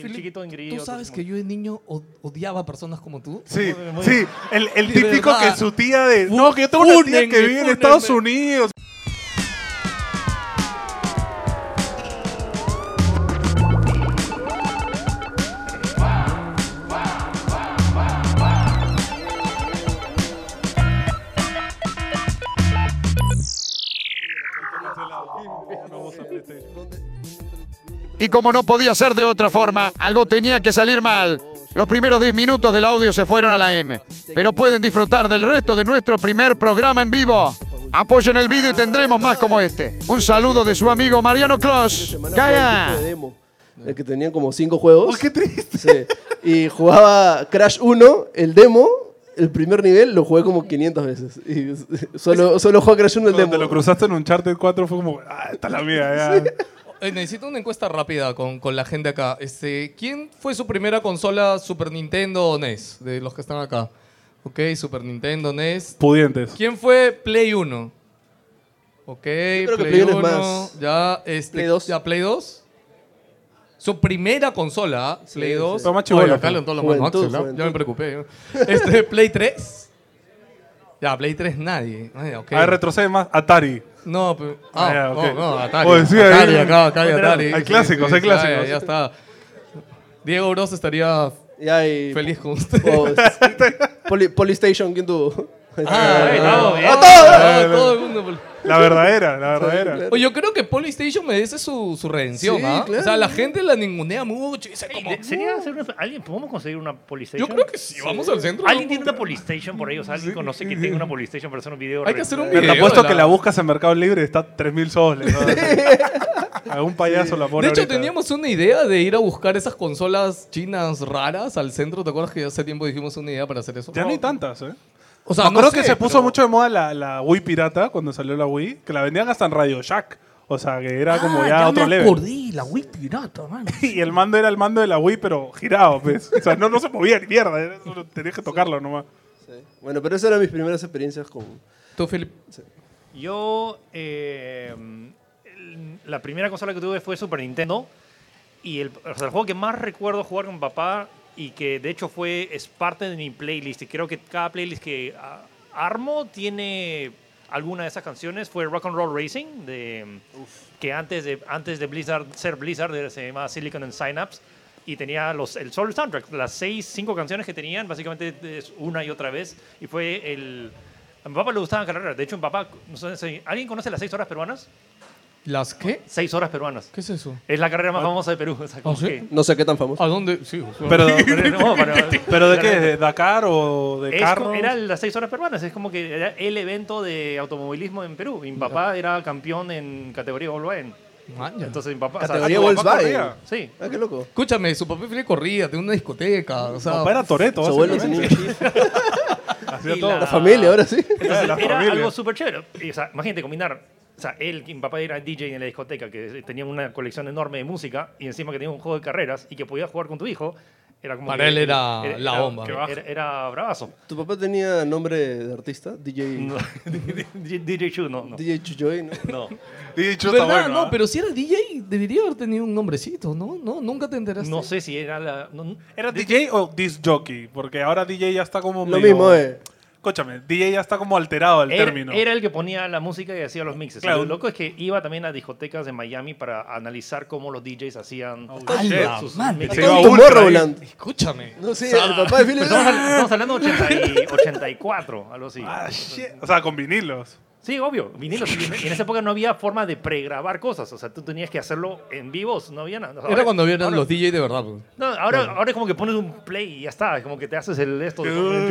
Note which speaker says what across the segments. Speaker 1: Un chiquito en grillo.
Speaker 2: ¿Tú sabes
Speaker 1: como-
Speaker 2: que yo de niño od- odiaba a personas como tú?
Speaker 3: Sí,
Speaker 1: Muy- muy-
Speaker 3: sí, el, el
Speaker 2: De
Speaker 3: típico
Speaker 2: verdad.
Speaker 3: que su tía de...
Speaker 2: Fu-
Speaker 3: No, que yo tengo una tía
Speaker 2: fúnenme,
Speaker 3: que vive en
Speaker 2: fúnenme".
Speaker 3: Estados Unidos.
Speaker 4: Y como no podía ser de otra forma, algo tenía que salir mal. Los primeros 10 minutos del audio se fueron a la M. Pero pueden disfrutar del resto de nuestro primer programa en vivo. Apoyen el vídeo y tendremos más como este. Un saludo de su amigo Mariano Cross.
Speaker 5: semana jugaba el
Speaker 4: ¡Calla!
Speaker 5: tipo de demo, el que tenían como cinco juegos.
Speaker 3: Oh, ¡Qué triste!
Speaker 5: Sí. Y jugaba Crash 1, el demo, el primer nivel, lo jugué como 500 veces. Y s- solo, solo jugué Crash 1 el
Speaker 3: Cuando
Speaker 5: demo.
Speaker 3: te lo cruzaste en un Uncharted 4 fue como... Ah, está la mía, ya.
Speaker 2: Eh, necesito una encuesta rápida con, con la gente acá. Este, ¿Quién fue su primera consola Super Nintendo o NES? De los que están acá. Ok, Super Nintendo, NES.
Speaker 3: Pudientes.
Speaker 2: ¿Quién fue Play 1? Ok,
Speaker 5: creo que
Speaker 2: Play
Speaker 5: Play 1 es
Speaker 2: 1.
Speaker 5: más.
Speaker 2: Ya, este,
Speaker 5: Play 2.
Speaker 2: ¿Ya Play 2? Su primera consola, ¿ah? Play
Speaker 5: sí.
Speaker 2: 2.
Speaker 3: Está más
Speaker 2: Oye,
Speaker 3: chibolo,
Speaker 2: acá
Speaker 3: pues.
Speaker 2: levantó la mano
Speaker 5: Juventud,
Speaker 2: Axel, ¿ah?
Speaker 5: juventud.
Speaker 2: Ya me preocupé. Este, Play 3. Ya, Play 3 nadie. Ay, ok.
Speaker 3: A ver, Ah, retrocede más. Atari.
Speaker 2: No, pero.
Speaker 3: Ah,
Speaker 2: Ah,
Speaker 3: ya,
Speaker 2: no,
Speaker 3: ok.
Speaker 2: no, Atari.
Speaker 3: Oye, sí, ahí-
Speaker 2: Atari, acá, acá hay
Speaker 3: Hay
Speaker 2: Atari. Sí,
Speaker 3: clásicos,
Speaker 2: sí,
Speaker 3: hay
Speaker 2: sí,
Speaker 3: clásicos.
Speaker 2: Ya, ya está. Diego Bros estaría
Speaker 5: Ya, y- pues,
Speaker 2: feliz con usted.
Speaker 5: o- Poly- Polystation, ¿quién tuvo?
Speaker 2: Ah,
Speaker 3: eh,
Speaker 2: no,
Speaker 3: no,
Speaker 2: bien.
Speaker 3: no,
Speaker 2: Ah,
Speaker 3: no, no.
Speaker 2: todo el mundo. por-
Speaker 3: La verdadera, la verdadera.
Speaker 2: Oye, yo creo que Polystation merece su, su redención,
Speaker 5: Sí,
Speaker 2: ¿ah?
Speaker 5: claro.
Speaker 2: O sea, la gente la ningunea mucho. y dice
Speaker 1: Ey,
Speaker 2: como, "Uh".
Speaker 1: de- ¿Sería hacer una, alguien podemos conseguir una
Speaker 2: yo
Speaker 1: Polystation?
Speaker 2: creo que si vamos al centro.
Speaker 1: Alguien
Speaker 2: ¿no?
Speaker 1: tiene una Polystation por ahí, o sea, alguien conoce que tiene una Polystation para hacer un video.
Speaker 2: Hay que hacer un
Speaker 3: Pero
Speaker 2: video.
Speaker 3: te apuesto
Speaker 2: de
Speaker 3: que la buscas en Mercado Libre y está 3.000 soles. ¿no? Algún payaso la pone
Speaker 2: De hecho,
Speaker 3: ahorita.
Speaker 2: teníamos una idea de ir a buscar esas consolas chinas raras al centro. ¿Te acuerdas que hace tiempo dijimos una idea para hacer eso?
Speaker 3: Ya no hay tantas, ¿eh?
Speaker 2: O sea,
Speaker 3: Me
Speaker 2: no
Speaker 3: acuerdo que
Speaker 2: sé,
Speaker 3: se puso
Speaker 2: pero-
Speaker 3: mucho de moda la, la Wii pirata cuando salió la Wii, que la vendían hasta en Radio Shack. O sea, que era como
Speaker 2: Ah,
Speaker 3: ya, otro level.
Speaker 1: la Wii pirata, mano.
Speaker 3: Y el mando era el mando de la Wii, pero girado, pues. O sea, no, no se movía ni mierda. era solo- Tenías que tocarlo nomás.
Speaker 5: Sí. Bueno, pero esas eran mis primeras experiencias con...
Speaker 2: Tú, Felipe.
Speaker 1: Yo, eh, el- la primera consola que tuve fue Super Nintendo. Y el, o sea, el juego que más recuerdo jugar con mi papá y que de hecho fue es parte de mi playlist. Y creo que cada playlist que ah, armo tiene alguna de esas canciones. Fue Rock and Roll Racing, de, que antes de, antes de Blizzard, ser Blizzard era- se llamaba Silicon and Synapse. Y tenía los, el solo soundtrack, las seis, cinco canciones que tenían, básicamente es una y otra vez. Y fue el. A mi papá le gustaban carreras. De hecho, mi papá. No sé si- ¿Alguien conoce las seis horas peruanas?
Speaker 2: ¿Las qué?
Speaker 1: Seis horas peruanas.
Speaker 2: ¿Qué es eso? Ah.
Speaker 1: Es la carrera más famosa de Perú. O sea, como
Speaker 2: ¿sí?
Speaker 1: que-
Speaker 5: No sé qué tan famoso.
Speaker 2: ¿A dónde? Sí, o sea,
Speaker 3: Pero,
Speaker 1: Pero no, pero-
Speaker 3: pero ¿de qué? ¿De Dakar o de
Speaker 1: Es
Speaker 3: carro?
Speaker 1: co- era las seis horas peruanas, es como que era el evento de automovilismo en Perú. Y mi papá era campeón en categoría Volkswagen.
Speaker 2: man, ya.
Speaker 1: Entonces mi papá. o sea,
Speaker 5: Categoría
Speaker 1: su papá
Speaker 5: Volkswagen.
Speaker 3: corría.
Speaker 1: cor- Sí.
Speaker 5: Ah, qué loco.
Speaker 2: Escúchame, su papá Felipe corría de una discoteca. O sea, pues,
Speaker 3: Papá era Toreto,
Speaker 5: Su abuelo tenía un chip.
Speaker 3: Hacía
Speaker 1: Y
Speaker 3: todo.
Speaker 1: la-
Speaker 5: La familia, ahora sí.
Speaker 1: Entonces,
Speaker 3: La
Speaker 1: era
Speaker 3: familia.
Speaker 1: algo súper chévere. Y, o sea, imagínate combinar. O sea, él, que mi papá era DJ en la discoteca, que tenía una colección enorme de música y encima que tenía un juego de carreras y que podía jugar con tu hijo. Era como
Speaker 2: Para
Speaker 1: que-
Speaker 2: él era la
Speaker 1: era-
Speaker 2: bomba.
Speaker 1: Era, era- era bravazo.
Speaker 5: ¿Tu papá tenía nombre de artista? DJ...
Speaker 1: No, DJ Chu, no. no.
Speaker 5: DJ Chujoy, ¿no?
Speaker 1: No,
Speaker 3: Y chuta,
Speaker 2: ¿Verdad?
Speaker 3: bueno,
Speaker 2: no,
Speaker 3: ¿ah?
Speaker 2: pero si era DJ, debería haber tenido un nombrecito, ¿no? No, nunca te enteraste.
Speaker 1: no sé si era la. no-
Speaker 3: ¿Era DJ o disc jockey? Porque ahora DJ ya está como.
Speaker 5: Lo
Speaker 3: medio-
Speaker 5: mismo, eh.
Speaker 3: Escúchame, DJ ya está como alterado el
Speaker 1: era,
Speaker 3: término.
Speaker 1: era el que ponía la música y hacía los mixes.
Speaker 3: Claro.
Speaker 1: Lo loco es que iba también a discotecas de Miami para analizar cómo los DJs hacían
Speaker 2: ¡A
Speaker 3: shit.
Speaker 2: la madre!
Speaker 3: Se iba
Speaker 5: Todo
Speaker 3: ultra
Speaker 5: Tomorrowland.
Speaker 2: Escúchame.
Speaker 5: No, sí, el papá de Philip...
Speaker 1: Estamos, habl- estamos hablando de 80 y 84, algo así.
Speaker 3: Ah, shit. O sea, con vinilos.
Speaker 1: Sí, obvio, vinilos. Y en- y en esa época no había forma de pregrabar cosas. O sea, tú tenías que hacerlo en vivos, no había nada. O sea,
Speaker 2: Era
Speaker 1: ahora-
Speaker 2: cuando vieron
Speaker 1: ahora-
Speaker 2: los DJ de verdad. pues.
Speaker 1: No, ahora, ahora es como que pones un play y ya está. Es como que te haces el esto. de-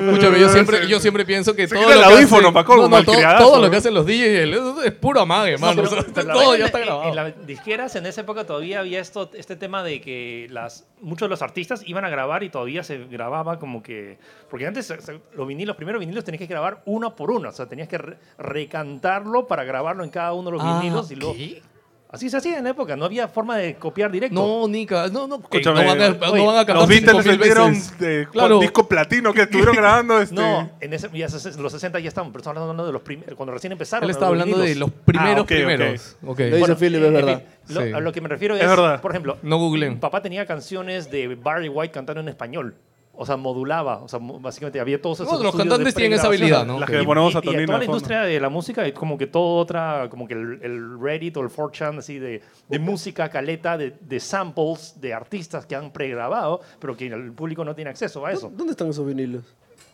Speaker 2: Escúchame, yo
Speaker 3: Eh,
Speaker 2: siempre,
Speaker 3: se-
Speaker 2: yo siempre pienso que
Speaker 3: se
Speaker 2: todo
Speaker 3: quita
Speaker 2: lo
Speaker 3: el
Speaker 2: que
Speaker 3: audífono,
Speaker 2: hacen-
Speaker 3: Paco,
Speaker 2: no, no, to-
Speaker 3: malcriadazo,
Speaker 2: todo lo
Speaker 3: ¿no?
Speaker 2: que hacen los DJs es puro amague, mano.
Speaker 1: No, pero-
Speaker 2: O sea,
Speaker 1: pero la
Speaker 2: todo
Speaker 1: vaina
Speaker 2: ya está
Speaker 1: en-
Speaker 2: grabado.
Speaker 1: En las disqueras en esa época todavía había esto, este tema de que las, muchos de los artistas iban a grabar y todavía se grababa como que... Porque antes o sea, los vinilos, primeros vinilos tenías que grabar uno por uno. O sea, tenías que re- recantarlo para grabarlo en cada uno de los
Speaker 2: Ah,
Speaker 1: vinilos y luego...
Speaker 2: ¿qué?
Speaker 1: Así se hacía en la época, no había forma de copiar directo.
Speaker 2: No, Nica, no, no,
Speaker 3: Escúchame,
Speaker 2: no van a, no
Speaker 1: oye,
Speaker 2: van a cantar
Speaker 3: Los Beatles
Speaker 2: 5.000
Speaker 3: vendieron
Speaker 2: veces.
Speaker 3: de cu-
Speaker 2: Claro.
Speaker 3: disco platino que estuvieron grabando. Este,
Speaker 1: No, en, ese, ya se- en los 60 ya estaban, pero estamos hablando de los primeros, cuando recién empezaron.
Speaker 2: Él estaba
Speaker 1: los
Speaker 2: hablando de
Speaker 1: vinilos.
Speaker 2: los primeros
Speaker 3: Ah, ok, ok.
Speaker 2: primeros. Ok.
Speaker 5: Lo hizo Philip, es
Speaker 1: en
Speaker 5: verdad.
Speaker 1: fin, lo-
Speaker 2: Sí.
Speaker 1: A lo que me refiero es,
Speaker 3: Es verdad.
Speaker 1: por ejemplo,
Speaker 2: No googleen.
Speaker 1: mi papá tenía canciones de Barry White cantando en español. O sea, modulaba. O sea, mo- básicamente había todos esos.
Speaker 2: No, los
Speaker 1: estudios de
Speaker 2: cantantes tienen esa
Speaker 1: pregrabación.
Speaker 2: habilidad, ¿no?
Speaker 3: Las
Speaker 2: Ok.
Speaker 3: que le ponemos a
Speaker 1: y, y toda
Speaker 3: Tonina de
Speaker 1: la
Speaker 3: fondo.
Speaker 1: industria de la música es como que toda otra, como que el, el Reddit o el 4chan, así de, de música, caleta, de, de samples, de artistas que han pregrabado, pero que el público no tiene acceso a eso.
Speaker 5: ¿Dónde están esos vinilos?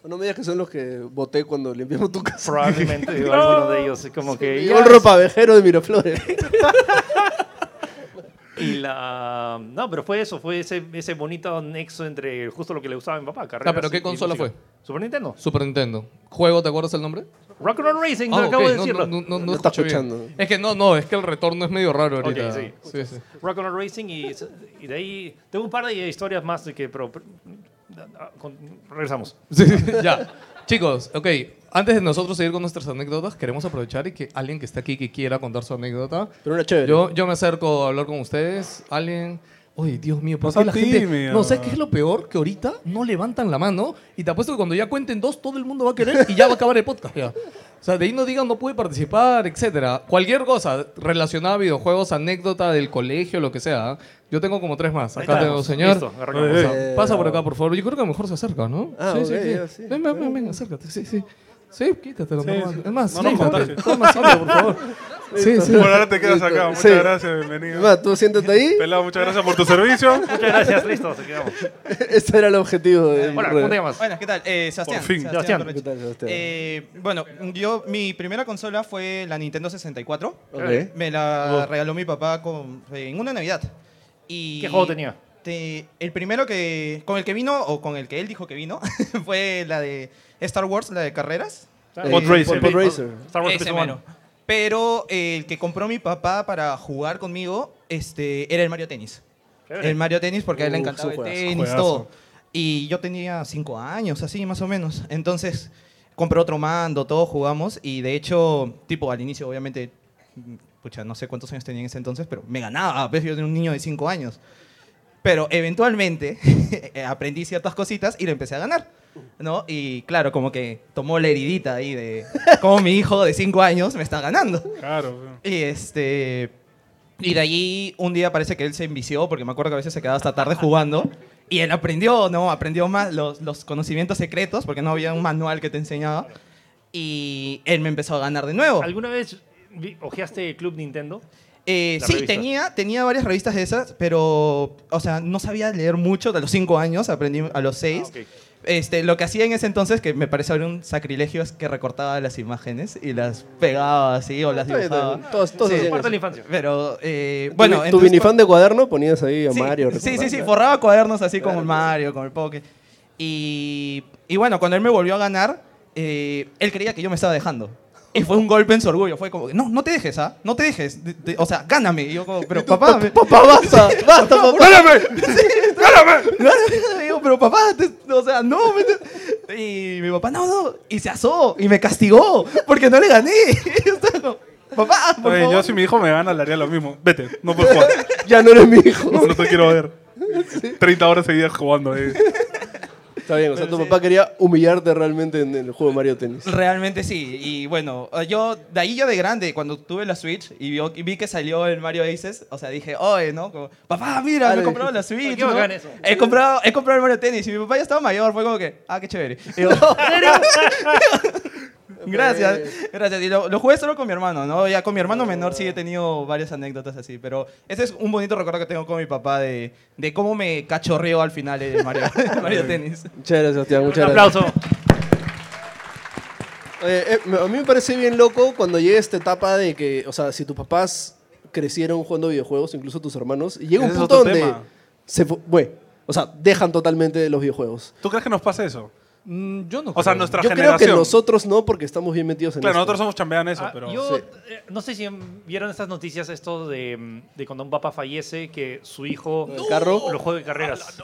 Speaker 5: No me digas que son los que boté cuando limpiamos tu casa.
Speaker 1: Probablemente alguno de ellos, es como que...
Speaker 5: Llegó
Speaker 1: ya,
Speaker 5: el ropavejero de Miraflores.
Speaker 1: Y la... No, pero fue eso, fue ese, ese bonito nexo entre justo lo que le gustaba a mi papá. carreras
Speaker 2: Ah, pero ¿qué
Speaker 1: y- y
Speaker 2: consola
Speaker 1: música. Super Nintendo.
Speaker 2: Super Nintendo. ¿Juego, te acuerdas el nombre?
Speaker 1: Rock and Roll Racing,
Speaker 2: Ah,
Speaker 1: te acabo
Speaker 2: ok,
Speaker 1: de
Speaker 2: no,
Speaker 1: decirlo.
Speaker 2: No, no, no,
Speaker 5: No está
Speaker 2: escuché bien.
Speaker 5: escuchando.
Speaker 2: Es que no, no, es que el retorno es medio raro ahorita.
Speaker 1: Ok, sí.
Speaker 2: sí, sí.
Speaker 1: Rock and Roll Racing y, y de ahí... Tengo un par de historias más de que... Pero, pero- ah, con- regresamos.
Speaker 2: Sí, sí, ya. Chicos, ok. Antes de nosotros seguir con nuestras anécdotas, queremos aprovechar y que alguien que está aquí que quiera contar su anécdota.
Speaker 5: Pero una chévere.
Speaker 2: Yo, yo me acerco a hablar con ustedes. Alguien. Uy, Dios mío, ¿por
Speaker 3: No
Speaker 2: qué la
Speaker 3: seas
Speaker 2: gente.?
Speaker 3: tímido.
Speaker 2: No, ¿sabes qué es lo peor? Que ahorita no levantan la mano y te apuesto que cuando ya cuenten dos, todo el mundo va a querer y ya va a acabar el podcast. ya. O sea, de ahí no digan no pude participar, etcétera. Cualquier cosa relacionada a videojuegos, anécdota del colegio, lo que sea. ¿eh? Yo tengo como tres más.
Speaker 1: Ahí
Speaker 2: Acá tengo,
Speaker 1: estamos.
Speaker 2: señor.
Speaker 1: Listo, arrancamos.
Speaker 3: Eh,
Speaker 2: O sea, pasa por acá, por favor. Yo creo que a lo mejor se acerca, ¿no?
Speaker 5: Ah, ok, ya, sí.
Speaker 2: Ven, ven, ven, ven, acércate. Sí, sí. Sí, quítatelo.
Speaker 3: Sí,
Speaker 2: normal.
Speaker 3: sí.
Speaker 2: Es más,
Speaker 3: No nos
Speaker 2: sí, date,
Speaker 3: contagies.
Speaker 2: toma asiento, por favor. Sí, sí.
Speaker 3: Por ahora te quedas acá. Muchas
Speaker 5: Sí.
Speaker 3: gracias, bienvenido.
Speaker 5: Va, tú siéntate ahí.
Speaker 3: Pelado, muchas gracias por tu servicio.
Speaker 1: Muchas gracias, listo, se quedamos.
Speaker 5: Ese era el objetivo. De
Speaker 1: Hola, ¿cómo te llamas?
Speaker 6: Bueno, ¿qué tal? Eh, Sebastián.
Speaker 3: Por fin.
Speaker 1: Sebastián.
Speaker 6: Torrecho.
Speaker 5: ¿Qué tal, Sebastián?
Speaker 6: Eh, bueno, yo, mi primera consola fue la Nintendo 64.
Speaker 5: Ok.
Speaker 6: Eh, Me la regaló mi papá con- en una Navidad. Y
Speaker 1: ¿Qué juego tenía?
Speaker 6: te- el primero que con el que vino, o con el que él dijo que vino, fue la de Star Wars, la de carreras.
Speaker 5: Eh,
Speaker 3: Pod Racer.
Speaker 5: Pod Racer.
Speaker 1: Ah. Star Wars
Speaker 6: Ese
Speaker 1: 3-1.
Speaker 6: mero. Pero eh, el que compró mi papá para jugar conmigo este, era el Mario Tennis.
Speaker 1: Chévere.
Speaker 6: El Mario Tennis porque a él le
Speaker 5: Uh,
Speaker 6: encantaba
Speaker 5: su
Speaker 6: el
Speaker 5: juegazo,
Speaker 6: tenis,
Speaker 3: juegazo.
Speaker 6: todo. Y yo tenía cinco años, así más o menos. Entonces compré otro mando, todos jugamos. Y de hecho, tipo, al inicio obviamente, mm, pucha, no sé cuántos años tenía en ese entonces, pero me ganaba. Pues yo era un niño de cinco años. Pero eventualmente eh, aprendí ciertas cositas y lo empecé a ganar. ¿No? Y claro, como que tomó la heridita ahí de cómo mi hijo de 5 años me está ganando.
Speaker 3: Claro.
Speaker 6: Y este. Y de allí un día parece que él se envició, porque me acuerdo que a veces se quedaba hasta tarde jugando. Y él aprendió, ¿no? Aprendió más los, los conocimientos secretos, porque no había un manual que te enseñaba. Y él me empezó a ganar de nuevo.
Speaker 1: ¿Alguna vez vi- ojeaste Club Nintendo?
Speaker 6: Eh,
Speaker 1: La
Speaker 6: sí,
Speaker 1: revista.
Speaker 6: tenía, tenía varias revistas de esas, pero, o sea, no sabía leer mucho. A los cinco años aprendí a los seis.
Speaker 1: Ah, ok.
Speaker 6: Este, lo que hacía en ese entonces, que me parecía un sacrilegio, es que recortaba las imágenes y las pegaba así o las
Speaker 5: Ah, Está bien, está
Speaker 6: dibujaba.
Speaker 5: bien. Todos- todos
Speaker 6: Sí.
Speaker 5: hacían
Speaker 1: Parte de la
Speaker 5: eso.
Speaker 1: infancia.
Speaker 6: Pero, eh,
Speaker 5: Tu-
Speaker 6: bueno,
Speaker 5: tu
Speaker 6: entonces-
Speaker 5: minifan de cuaderno ponías ahí a
Speaker 6: Sí,
Speaker 5: Mario.
Speaker 6: Sí, sí, sí,
Speaker 5: recordando.
Speaker 6: forraba cuadernos así con
Speaker 5: Claro,
Speaker 6: el
Speaker 5: claro.
Speaker 6: Mario, con el Poké. Y, y bueno, cuando él me volvió a ganar, eh, él creía que yo me estaba dejando. Y fue un golpe en su orgullo. Fue como, que, no, no te dejes, ¿ah? No te dejes. De- de- o sea, gáname. Y yo como, pero papá... me-
Speaker 5: Papá, basta, basta, papá.
Speaker 6: Le digo, pero papá, te- o sea, no. me te-". Y mi papá, no, no. Y se asó y me castigó porque no le gané. Y yo estaba como, papá, por
Speaker 3: Oye,
Speaker 6: favor.
Speaker 3: yo si mi hijo me gana, le haría lo mismo. Vete, no puedes jugar.
Speaker 5: Ya no eres mi hijo.
Speaker 3: No, no te quiero ver. 30 horas seguidas jugando. eh.
Speaker 5: Está bien, o sea, tu papá quería humillarte realmente en el juego de Mario Tennis.
Speaker 6: Realmente sí. Y bueno, eh, yo, de ahí yo de grande, cuando tuve la Switch y vio- y vi, que salió el Mario Aces, o sea, dije, oye, ¿no? Como, papá, mira,
Speaker 5: Ah,
Speaker 6: me
Speaker 5: le
Speaker 6: he comprado la
Speaker 1: Ay,
Speaker 6: Switch.
Speaker 1: qué
Speaker 6: ¿no?
Speaker 1: bacán eso.
Speaker 6: He, comprado, he comprado el Mario Tennis y mi papá ya estaba mayor, fue como que, ah, qué chévere. Y yo, gracias, gracias. Y lo, lo jugué solo con mi hermano, ¿no? Ya con mi hermano menor sí he tenido varias anécdotas así, pero ese es un bonito recuerdo que tengo con mi papá de, de cómo me cachorreó al final el Mario, el Mario Tennis.
Speaker 5: Muchas gracias, Sebastián.
Speaker 1: Un
Speaker 5: Muchas gracias.
Speaker 1: aplauso.
Speaker 5: Eh, eh, me- a mí me parece bien loco cuando llega esta etapa de que, o sea, si tus papás crecieron jugando videojuegos, incluso tus hermanos, y llega un
Speaker 3: Ese es
Speaker 5: punto
Speaker 3: otro
Speaker 5: donde
Speaker 3: tema.
Speaker 5: se fu- bueno, o sea, dejan totalmente los videojuegos.
Speaker 3: ¿Tú crees que nos pasa eso?
Speaker 2: Mm, yo no
Speaker 3: O sea,
Speaker 2: creo.
Speaker 3: nuestra
Speaker 5: Yo creo
Speaker 3: generación.
Speaker 5: que nosotros no, porque estamos bien metidos en
Speaker 3: Claro,
Speaker 5: esto.
Speaker 3: nosotros somos chambean eso,
Speaker 1: Ah,
Speaker 3: pero.
Speaker 1: yo
Speaker 5: Sí.
Speaker 1: eh, no sé si mm, vieron estas noticias esto de, mm, de cuando un papá fallece que su hijo
Speaker 5: ¿El carro?
Speaker 1: lo juega de carreras.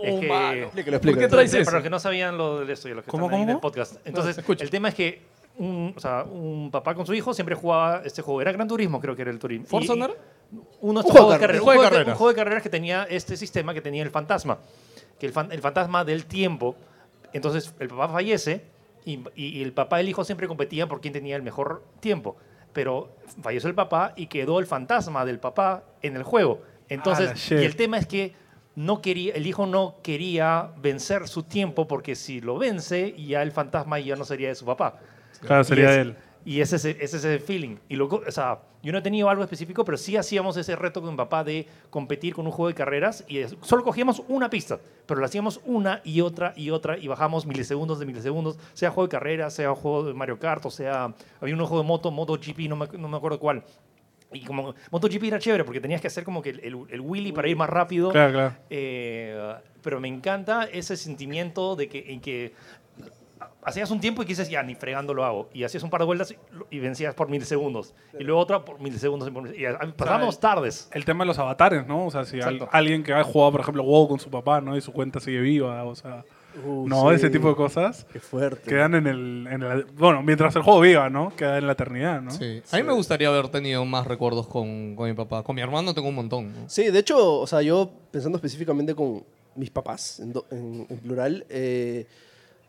Speaker 1: Es que
Speaker 5: Explícalo,
Speaker 2: ¿Por qué
Speaker 5: explícalo.
Speaker 2: traes
Speaker 1: para
Speaker 2: eso?
Speaker 1: los que no sabían lo de esto y los que
Speaker 3: ¿Cómo,
Speaker 1: están ahí
Speaker 3: cómo,
Speaker 1: en el
Speaker 3: cómo?
Speaker 1: podcast. Entonces,
Speaker 2: escucho.
Speaker 1: el tema es que un, o sea, un papá con su hijo siempre jugaba este juego. Era Gran Turismo, creo que era el Turín.
Speaker 2: ¿Forza
Speaker 1: Y-
Speaker 2: no era?
Speaker 1: uno de
Speaker 5: Un
Speaker 1: estos
Speaker 5: juego
Speaker 1: juegos
Speaker 5: de
Speaker 1: de carreras.
Speaker 5: carreras.
Speaker 2: Un juego de
Speaker 1: un
Speaker 2: carreras.
Speaker 1: juego de carreras que tenía este sistema que tenía el fantasma. Que el, fan- el fantasma del tiempo. Entonces, el papá fallece y, y- y el papá y el hijo siempre competían por quién tenía el mejor tiempo. Pero falleció el papá y quedó el fantasma del papá en el juego.
Speaker 3: Ah, la
Speaker 1: Entonces,
Speaker 3: shit.
Speaker 1: y el tema es que no quería, el hijo no quería vencer su tiempo porque si lo vence, ya el fantasma ya no sería de su papá.
Speaker 3: Claro, sería
Speaker 1: Y es-
Speaker 3: él.
Speaker 1: Y ese es, el- ese es el feeling. Y lo, co- o sea, yo no he tenido algo específico, pero sí hacíamos ese reto con mi papá de competir con un juego de carreras y es- solo cogíamos una pista, pero la hacíamos una y otra y otra y bajamos milisegundos de milisegundos, sea juego de carreras, sea juego de Mario Kart, o sea, había un juego de moto, MotoGP, no me, ac- no me acuerdo cuál. Y como MotoGP era chévere porque tenías que hacer como que el, el, el wheelie para ir más rápido.
Speaker 3: Claro, claro.
Speaker 1: Eh, pero me encanta ese sentimiento de que, en que hacías un tiempo y que dices, ya, ni fregando lo hago. Y hacías un par de vueltas y, lo- y vencías por mil segundos. Y luego otra por mil segundos. y por mil- Y a- pasábamos tardes.
Speaker 3: El tema de los avatares, ¿no? O sea, si al-
Speaker 1: Exacto.
Speaker 3: alguien que ha jugado, por ejemplo, WoW con su papá, ¿no? Y su cuenta sigue viva, o sea... no, ese tipo de cosas
Speaker 5: Uh, Qué fuerte.
Speaker 3: quedan en el, en la- Bueno, mientras el juego viva, ¿no? Queda en la eternidad, ¿no?
Speaker 2: Sí. A mí me gustaría haber tenido más recuerdos con, con mi papá. Con mi hermano tengo un montón. ¿no?
Speaker 5: Sí, de hecho, o sea, yo pensando específicamente con mis papás, en, do- en- en plural, eh,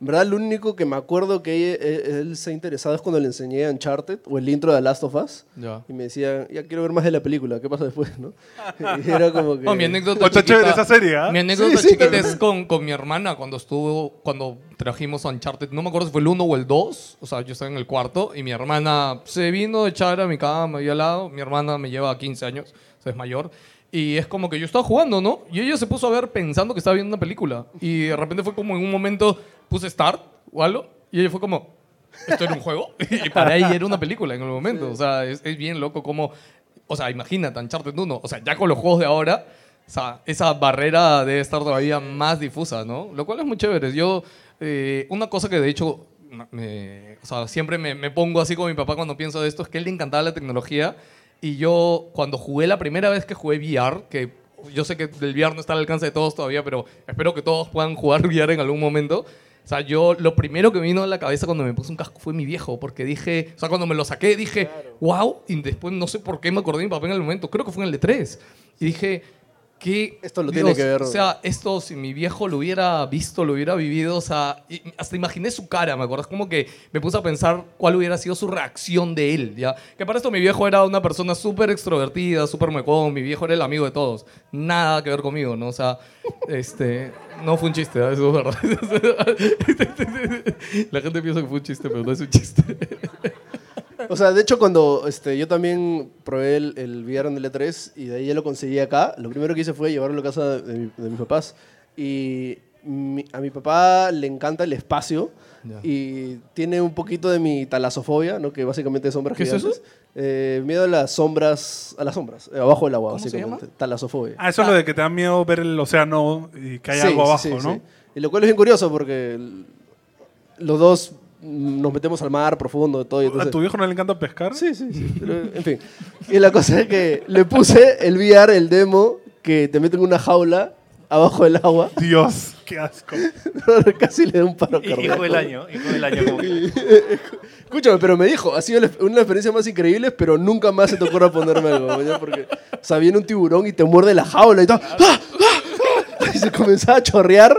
Speaker 5: en verdad lo único que me acuerdo que él, él se ha interesado es cuando le enseñé Uncharted o el intro de The Last of Us.
Speaker 2: Ya.
Speaker 5: Y me decía, ya quiero ver más de la película, ¿qué pasa después, no? Y era como que...
Speaker 2: Oh, mi anécdota
Speaker 3: Oye,
Speaker 2: chiquita-
Speaker 3: chévere esa serie, ¿ah?
Speaker 2: Mi anécdota
Speaker 5: Sí, sí,
Speaker 2: chiquita
Speaker 5: pero-
Speaker 2: es con, con mi hermana cuando estuvo, cuando trajimos Uncharted. No me acuerdo si fue el 1 o el 2. O sea, yo estaba en el cuarto y mi hermana se vino de echar a mi cama y al lado. Mi hermana me lleva 15 años, o sea, es mayor. Y es como que yo estaba jugando, ¿no? Y ella se puso a ver pensando que estaba viendo una película. Y de repente fue como en un momento, puse start o algo. Y ella fue como, ¿esto era un juego? y para ella era una película en el momento. O sea, es, es bien loco como... O sea, imagínate, Uncharted 1. O sea, ya con los juegos de ahora, o sea, esa barrera debe estar todavía más difusa, ¿no? Lo cual es muy chévere. Yo, eh, una cosa que de hecho, me- o sea, siempre me, me pongo así con mi papá cuando pienso de esto, es que a él le encantaba la tecnología. Y yo, cuando jugué la primera vez que jugué VR, que yo sé que el VR no está al alcance de todos todavía, pero espero que todos puedan jugar VR en algún momento. O sea, yo lo primero que me vino a la cabeza cuando me puse un casco fue mi viejo, porque dije, o sea, cuando me lo saqué dije, wow, y después no sé por qué me acordé de mi papá en el momento, creo que fue en el E3, y dije, que...
Speaker 5: Esto lo tiene que ver.
Speaker 2: O sea, esto si mi viejo lo hubiera visto, lo hubiera vivido, o sea, y- hasta imaginé su cara, ¿me acuerdas? Como que me puse a pensar cuál hubiera sido su reacción de él, ¿ya? Que para esto mi viejo era una persona súper extrovertida, súper mecón, mi viejo era el amigo de todos. Nada que ver conmigo, ¿no? O sea, este... No fue un chiste, ¿eh? eso es verdad. La gente piensa que fue un chiste, pero no es un chiste.
Speaker 5: O sea, de hecho, cuando este, yo también probé el, el VR en el E3 y de ahí ya lo conseguí acá, lo primero que hice fue llevarlo a casa de, mi- de mis papás. Y mi- a mi papá le encanta el espacio
Speaker 2: Ya.
Speaker 5: y tiene un poquito de mi talasofobia, ¿no? que básicamente es sombras
Speaker 2: ¿Qué es eso?
Speaker 5: gigantes. Eh, miedo a las sombras, a las sombras, eh, abajo del agua,
Speaker 2: ¿Cómo se
Speaker 5: básicamente. Talasofobia.
Speaker 3: Ah, eso es lo de que te da miedo ver el océano y que hay
Speaker 5: Sí,
Speaker 3: algo abajo,
Speaker 5: sí,
Speaker 3: ¿no?
Speaker 5: sí. Y lo cual es bien curioso porque l- los dos mm, nos metemos al mar profundo y todo. Y
Speaker 3: ¿A
Speaker 5: entonces,
Speaker 3: tu viejo no le encanta pescar?
Speaker 5: Sí, sí, sí. pero, en fin. Y la cosa es que le puse el VR, el demo, que te meten en una jaula abajo del agua.
Speaker 3: Dios, qué asco.
Speaker 5: Casi le da un paro
Speaker 1: Y, y
Speaker 5: cardíaco.
Speaker 1: fue el año. Y fue el año. como que-
Speaker 5: Escúchame, pero me dijo, ha sido la- una de las experiencias más increíbles, pero nunca más se te ocurra ponerme algo. ¿no? Porque, o sea, viene un tiburón y te muerde la jaula y todo. ¡Ah! ¡Ah! ¡Ah! Y se comenzaba a chorrear.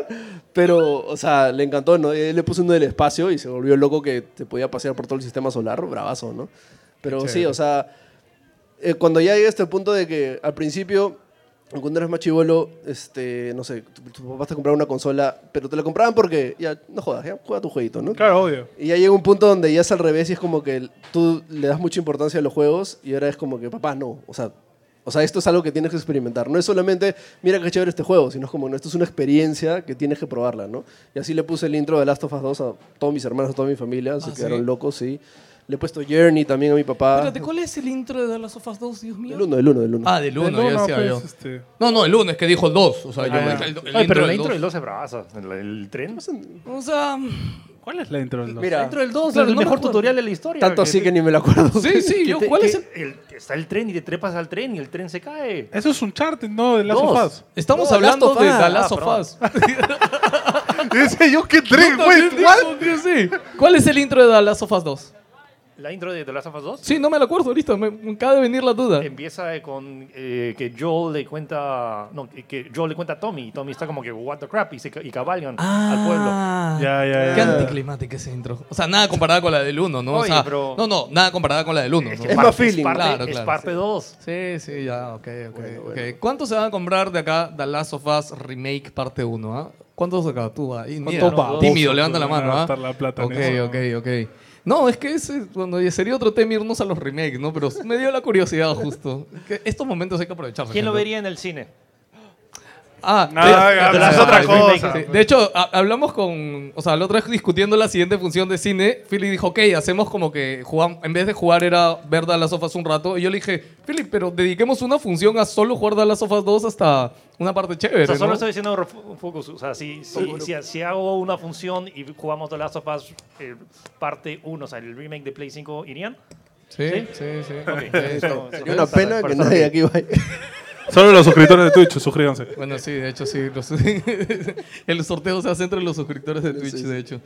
Speaker 5: Pero, o sea, le encantó, ¿no? Y le puso uno del espacio y se volvió loco que te podía pasear por todo el sistema solar. Bravazo, ¿no? Pero sí, o sea, eh, cuando ya llega este punto de que al principio, cuando eras más chivolo, este, no sé, tus tu papás te compraban una consola, pero te la compraban porque, ya, no jodas, ya juega tu jueguito, ¿no?
Speaker 3: Claro, obvio.
Speaker 5: Y ya llega un punto donde ya es al revés y es como que tú le das mucha importancia a los juegos y ahora es como que, papá, no. O sea, o sea, esto es algo que tienes que experimentar. No es solamente, mira qué chévere este juego, sino es como, no, esto es una experiencia que tienes que probarla, ¿no? Y así le puse el intro de Last of Us 2 a todos mis hermanos, a toda mi familia, se
Speaker 2: Ah,
Speaker 5: quedaron
Speaker 2: ¿sí?
Speaker 5: locos, sí. Le he puesto Journey también a mi papá.
Speaker 2: Espérate, ¿cuál es el intro de las Sofas 2, Dios mío?
Speaker 5: Ah. El uno, el uno, el uno.
Speaker 2: Ah, del 1,
Speaker 3: Eh,
Speaker 2: ya
Speaker 3: no, no,
Speaker 2: decía
Speaker 3: pues,
Speaker 2: yo.
Speaker 3: este,
Speaker 2: No, no, el lunes que dijo el 2. O sea, yo
Speaker 3: Ah,
Speaker 2: el, el,
Speaker 1: Ay, pero
Speaker 2: del
Speaker 1: la intro
Speaker 2: dos.
Speaker 1: del 2 es bravaza. El, el tren.
Speaker 2: O sea,
Speaker 3: ¿Cuál es la intro del dos?
Speaker 5: Mira,
Speaker 2: dentro del 2.
Speaker 1: Claro, el mejor tutorial de la historia.
Speaker 5: tanto así que ni me lo acuerdo.
Speaker 2: Sí, sí, yo,
Speaker 1: te-
Speaker 2: ¿cuál
Speaker 1: que
Speaker 2: es el...?
Speaker 1: el- Está el tren y te trepas al tren y el tren se cae.
Speaker 3: Eso es un chart, ¿no? De las
Speaker 1: Dos.
Speaker 3: sofás.
Speaker 2: Estamos
Speaker 5: No,
Speaker 2: hablando
Speaker 5: Last of
Speaker 2: de
Speaker 5: Us.
Speaker 2: The Last
Speaker 1: Ah,
Speaker 2: of
Speaker 1: perdón.
Speaker 2: Us.
Speaker 3: Dice yo, qué tren,
Speaker 2: También
Speaker 3: güey.
Speaker 2: dijo, tío, sí. ¿Cuál es el intro de The Last of Us 2?
Speaker 1: la intro de The Last of Us 2
Speaker 2: Sí, no me la acuerdo ahorita, me, me acaba de venir la duda.
Speaker 1: empieza eh, con eh, que Joel le cuenta no, que- que Joel le cuenta a Tommy y Tommy está como que what the crap y, se ca- y cabalgan al pueblo.
Speaker 3: Ya, ya,
Speaker 2: Qué
Speaker 3: ya.
Speaker 2: anticlimática ese intro. O sea, nada comparada con la del 1, ¿no? O
Speaker 1: Oye,
Speaker 2: sea,
Speaker 1: pero-
Speaker 2: No, no, nada comparada con la del 1.
Speaker 1: Es, que
Speaker 5: Es
Speaker 1: parte-
Speaker 5: más feeling.
Speaker 1: parte,
Speaker 2: Claro,
Speaker 1: es
Speaker 2: claro,
Speaker 1: parte 2.
Speaker 2: Sí, sí, ya, ok, ok. ok. ¿Cuánto se va a comprar de acá The Last of Us Remake parte 1? ¿ah? ¿Cuántos acá tú? ah, Ahí, mira,
Speaker 1: va?
Speaker 2: Tímido,
Speaker 3: Vos,
Speaker 2: levanta la
Speaker 3: tú, van a
Speaker 2: mano. ¿ah?
Speaker 3: gastar la plata en
Speaker 2: ok,
Speaker 3: eso.
Speaker 2: ok, ok. No, es que ese, bueno, y sería otro tema irnos a los remakes, ¿no? Pero me dio la curiosidad justo. Que estos momentos hay que aprovecharlos.
Speaker 1: ¿Quién lo
Speaker 2: gente.
Speaker 1: vería en el cine?
Speaker 2: Ah,
Speaker 3: Ah, ya,
Speaker 1: pero es otra
Speaker 2: sí,
Speaker 1: cosa.
Speaker 2: sí, sí. De hecho, ha- hablamos con. O sea, la otra vez discutiendo la siguiente función de cine, Philly dijo, ok, hacemos como que jugamos, en vez de jugar era ver las las Sofas un rato. Y yo le dije, Philly, pero dediquemos una función a solo jugar las Sofas 2 hasta una parte chévere.
Speaker 1: O sea, solo
Speaker 2: ¿no?
Speaker 1: estoy diciendo refu- focus. O sea, si, si, si, si hago una función y jugamos The Last of Us eh, parte 1, o sea, el remake de Play 5, ¿irían?
Speaker 2: Sí,
Speaker 1: ¿Sí?
Speaker 2: sí, sí.
Speaker 1: Ok,
Speaker 2: Sí, sí.
Speaker 1: eso- eso-
Speaker 5: Es una
Speaker 1: para-
Speaker 5: pena
Speaker 1: para saber.
Speaker 5: que nadie aquí vaya.
Speaker 3: Solo los suscriptores de Twitch, suscríbanse.
Speaker 2: Bueno, sí, de hecho, sí. los- el sorteo se hace entre los suscriptores de Twitch, de hecho.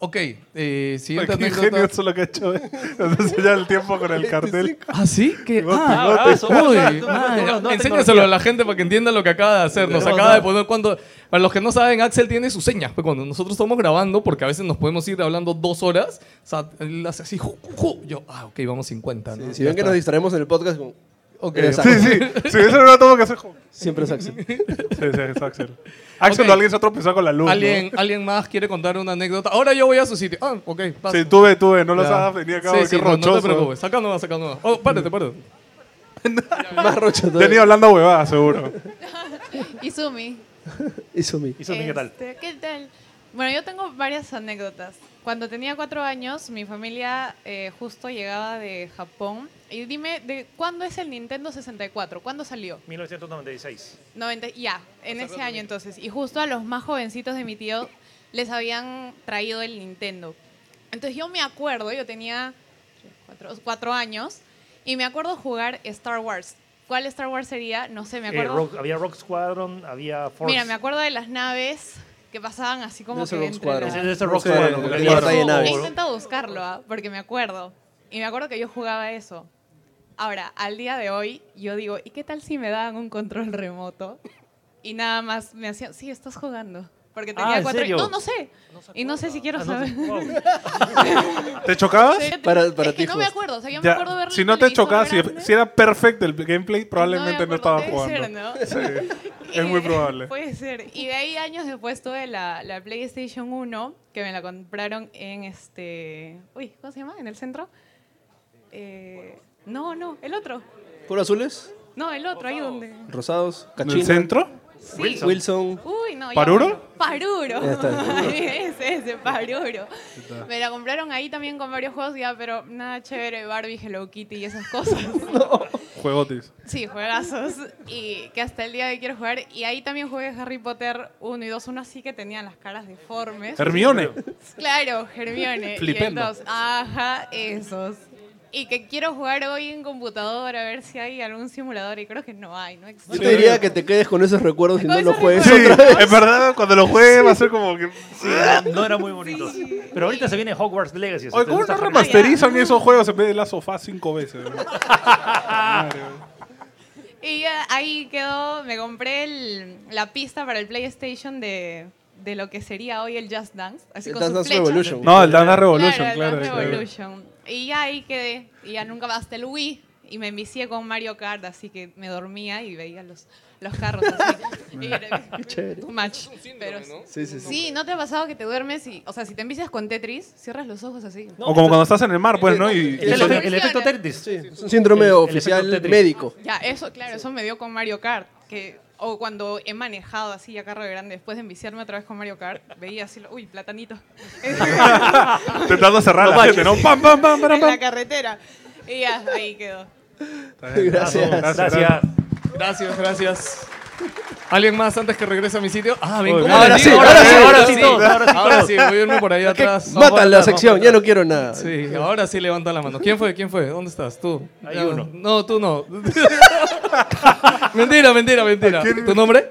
Speaker 2: Ok, eh,
Speaker 3: Ay,
Speaker 2: siguiente
Speaker 3: Qué
Speaker 2: anécdota.
Speaker 3: ingenio eso lo que ha hecho. eh. Nos enseña el tiempo con el cartel.
Speaker 2: ¿Ah, sí? ¿Qué?
Speaker 3: Igual
Speaker 2: Ah,
Speaker 1: Ah, bravazo,
Speaker 2: Uy,
Speaker 1: bravazo, bravazo,
Speaker 2: madre,
Speaker 1: bravazo, no,
Speaker 2: enséñaselo
Speaker 1: tecnología.
Speaker 2: a la gente para que entienda lo que acaba de hacer. Nos
Speaker 1: No,
Speaker 2: acaba de
Speaker 1: no.
Speaker 2: poner cuando. Para los que no saben, Axel tiene sus señas. Pues cuando nosotros estamos grabando, porque a veces nos podemos ir hablando dos horas, o sea, él hace así, ju, ju, ju. Yo, ah, ok, vamos 50. ¿no?
Speaker 5: Si ven que nos distraemos en el podcast, como,
Speaker 2: Ok,
Speaker 5: Eh,
Speaker 2: ok.
Speaker 5: sí,
Speaker 3: Sí, sí. Sí, eso no lo tengo que hacer. jo-
Speaker 5: siempre es Axel.
Speaker 3: Sí, sí, es Axel. Axel
Speaker 2: Ok.
Speaker 3: o alguien se tropezó con la luz. ¿no?
Speaker 2: ¿Alguien, alguien más quiere contar una anécdota? Ahora yo voy a su sitio. Ah, ok, pasa.
Speaker 3: Sí, tuve, tuve. No los
Speaker 2: Ya.
Speaker 3: hagas venir acá.
Speaker 2: Sí,
Speaker 3: Qué
Speaker 2: sí, no,
Speaker 3: rochoso.
Speaker 2: No te preocupes, acá no vas, acá no vas. Oh, párate, párate.
Speaker 5: Más rocho
Speaker 3: Ya ni
Speaker 5: todavía.
Speaker 3: hablando huevadas, seguro.
Speaker 7: Izumi.
Speaker 5: Eso mi.
Speaker 1: Eso, ¿qué tal?
Speaker 7: Este, ¿Qué tal? Bueno, yo tengo varias anécdotas. Cuando tenía cuatro años, mi familia eh, justo llegaba de Japón. Y dime, ¿de cuándo es el Nintendo 64? ¿Cuándo salió?
Speaker 1: 1996.
Speaker 7: 90, ya, en ese año entonces. Y justo a los más jovencitos de mi tío les habían traído el Nintendo. Entonces yo me acuerdo, yo tenía cuatro, cuatro años, y me acuerdo jugar Star Wars. ¿Cuál Star Wars sería? No sé, me
Speaker 1: Eh,
Speaker 7: acuerdo.
Speaker 1: Rogue- había Rock Squadron, había Force.
Speaker 7: Mira, me acuerdo de las naves que pasaban así como
Speaker 5: Debe ser
Speaker 7: que
Speaker 5: Rogue
Speaker 7: entre
Speaker 5: Squadron.
Speaker 7: las-
Speaker 1: Ese es el
Speaker 5: No
Speaker 1: Rock
Speaker 5: sé,
Speaker 1: Squadron.
Speaker 5: la
Speaker 1: porque
Speaker 5: batalla
Speaker 1: había
Speaker 5: de
Speaker 1: Rogue-
Speaker 5: naves.
Speaker 7: He intentado buscarlo, ¿ah? porque me acuerdo. Y me acuerdo que yo jugaba eso. Ahora, al día de hoy, yo digo, ¿y qué tal si me daban un control remoto? Y nada más me hacían, sí, estás jugando.
Speaker 3: Ah,
Speaker 7: Porque tenía
Speaker 1: ¿en
Speaker 7: cuatro...
Speaker 1: serio?
Speaker 7: No, no sé. y no sé si quiero
Speaker 1: Ah, no,
Speaker 7: saber.
Speaker 1: wow.
Speaker 3: ¿Te chocabas?
Speaker 7: Sí,
Speaker 5: Para- para
Speaker 7: es
Speaker 5: ti
Speaker 7: que no me
Speaker 5: jugaste.
Speaker 7: acuerdo. O sea, yo me
Speaker 3: Ya,
Speaker 7: acuerdo verlo
Speaker 3: si
Speaker 7: en
Speaker 3: no te
Speaker 7: televisor
Speaker 3: chocabas, si,
Speaker 7: grande.
Speaker 3: si era perfecto el gameplay, probablemente no,
Speaker 7: me
Speaker 3: estaba
Speaker 7: acuerdo, debe
Speaker 3: jugando.
Speaker 7: ser, ¿no?
Speaker 3: Es muy
Speaker 7: Eh,
Speaker 3: probable.
Speaker 7: Puede ser. Y de ahí años después tuve la, la PlayStation 1, que me la compraron en este... Uy, ¿cómo se llama? ¿En el centro? Eh, no, no, el otro.
Speaker 5: ¿Puro azules?
Speaker 7: No, el otro, ahí donde...
Speaker 5: ¿Rosados?
Speaker 3: ¿En
Speaker 5: ¿Cachín?
Speaker 3: el centro?
Speaker 7: Sí.
Speaker 5: Wilson.
Speaker 7: Uy, no. ya
Speaker 3: ¿Paruro?
Speaker 7: bueno. Paruro.
Speaker 5: Ya está.
Speaker 7: ese, ese, Paruro. Me la compraron ahí también con varios juegos, ya, pero nada chévere, Barbie, Hello Kitty y esas cosas.
Speaker 3: Juegotis.
Speaker 7: Sí, juegazos. Y que hasta el día de hoy quiero jugar. Y ahí también jugué Harry Potter 1 y 2. Uno así que tenían las caras deformes.
Speaker 3: Hermione.
Speaker 7: Claro, Hermione. y el
Speaker 3: Flipendo.
Speaker 7: 2. Ajá, esos. Y que quiero jugar hoy en computadora a ver si hay algún simulador. Y creo que no hay, no
Speaker 5: Yo
Speaker 7: existe.
Speaker 5: te diría que te quedes con esos recuerdos y
Speaker 7: Con
Speaker 5: no los
Speaker 7: esos
Speaker 5: juegues
Speaker 3: Sí,
Speaker 5: otra vez.
Speaker 3: en verdad, cuando lo juegue va a ser como que.
Speaker 1: Sí, no, no era muy bonito. Pero ahorita se viene Hogwarts Legacy.
Speaker 3: Oye, ¿cómo
Speaker 1: ¿Te gusta
Speaker 3: no
Speaker 1: Harry Potter?
Speaker 3: remasterizan esos juegos en vez de la sofá cinco veces? ¿no?
Speaker 7: Y ya ahí quedó. Me compré el- la pista para el PlayStation de, de lo que sería hoy el Just Dance. Así
Speaker 5: El
Speaker 7: con
Speaker 5: Dance Dance
Speaker 7: sus flechas.
Speaker 5: Revolution.
Speaker 3: No, el Dance Revolution,
Speaker 7: claro,
Speaker 3: claro.
Speaker 7: el Dance
Speaker 3: claro.
Speaker 7: Revolution. Y ya ahí quedé. Y ya nunca más hasta el Wii. Y me envicié con Mario Kart, así que me dormía y veía los, los carros así. Y era-
Speaker 5: chévere.
Speaker 7: too much. Pero,
Speaker 5: Sí, sí, sí.
Speaker 7: Sí, ¿no te ha pasado que te duermes y, o sea, si te envicias con Tetris, cierras los ojos así?
Speaker 1: No,
Speaker 3: O como cuando estás en el mar, pues, ¿no? Y,
Speaker 1: El,
Speaker 5: Eso
Speaker 1: efe-
Speaker 5: no
Speaker 1: el efecto
Speaker 7: funciona.
Speaker 1: Tetris.
Speaker 5: Sí, es un síndrome
Speaker 1: El- el
Speaker 5: oficial
Speaker 1: efecto Tetris.
Speaker 5: médico.
Speaker 7: Ya, eso, claro, eso me dio con Mario Kart. Que, o cuando he manejado así ya carro de grande, después de enviciarme otra vez con Mario Kart, veía así, lo- uy, platanito.
Speaker 3: intentando cerrar la gente, ¿no? ¡Pam, pam, pam, pam,
Speaker 7: en la
Speaker 3: pam!
Speaker 7: carretera. Y ya, ahí quedó.
Speaker 5: Gracias.
Speaker 2: Ah,
Speaker 1: Gracias.
Speaker 2: Gracias, gracias. ¿Alguien más antes que regrese a mi sitio? Ah, ven
Speaker 3: Uy,
Speaker 2: cómo
Speaker 3: bien. Ahora
Speaker 2: le
Speaker 5: sí,
Speaker 2: digo,
Speaker 5: ahora sí,
Speaker 2: ahora
Speaker 5: ahora
Speaker 2: sí,
Speaker 5: sí,
Speaker 2: ahora sí, ahora sí, voy a irme por ahí
Speaker 5: ¿Qué?
Speaker 2: atrás. Vamos
Speaker 5: Mata
Speaker 2: para
Speaker 5: la
Speaker 2: atrás,
Speaker 5: sección,
Speaker 2: vamos
Speaker 5: ya no quiero nada.
Speaker 2: para atrás. Sí, ahora sí levanta la mano. ¿Quién fue? ¿Quién fue? ¿Dónde estás? ¿Tú?
Speaker 1: Hay
Speaker 2: Ya,
Speaker 1: uno.
Speaker 2: No, tú no. mentira, mentira, mentira. ¿Tu nombre?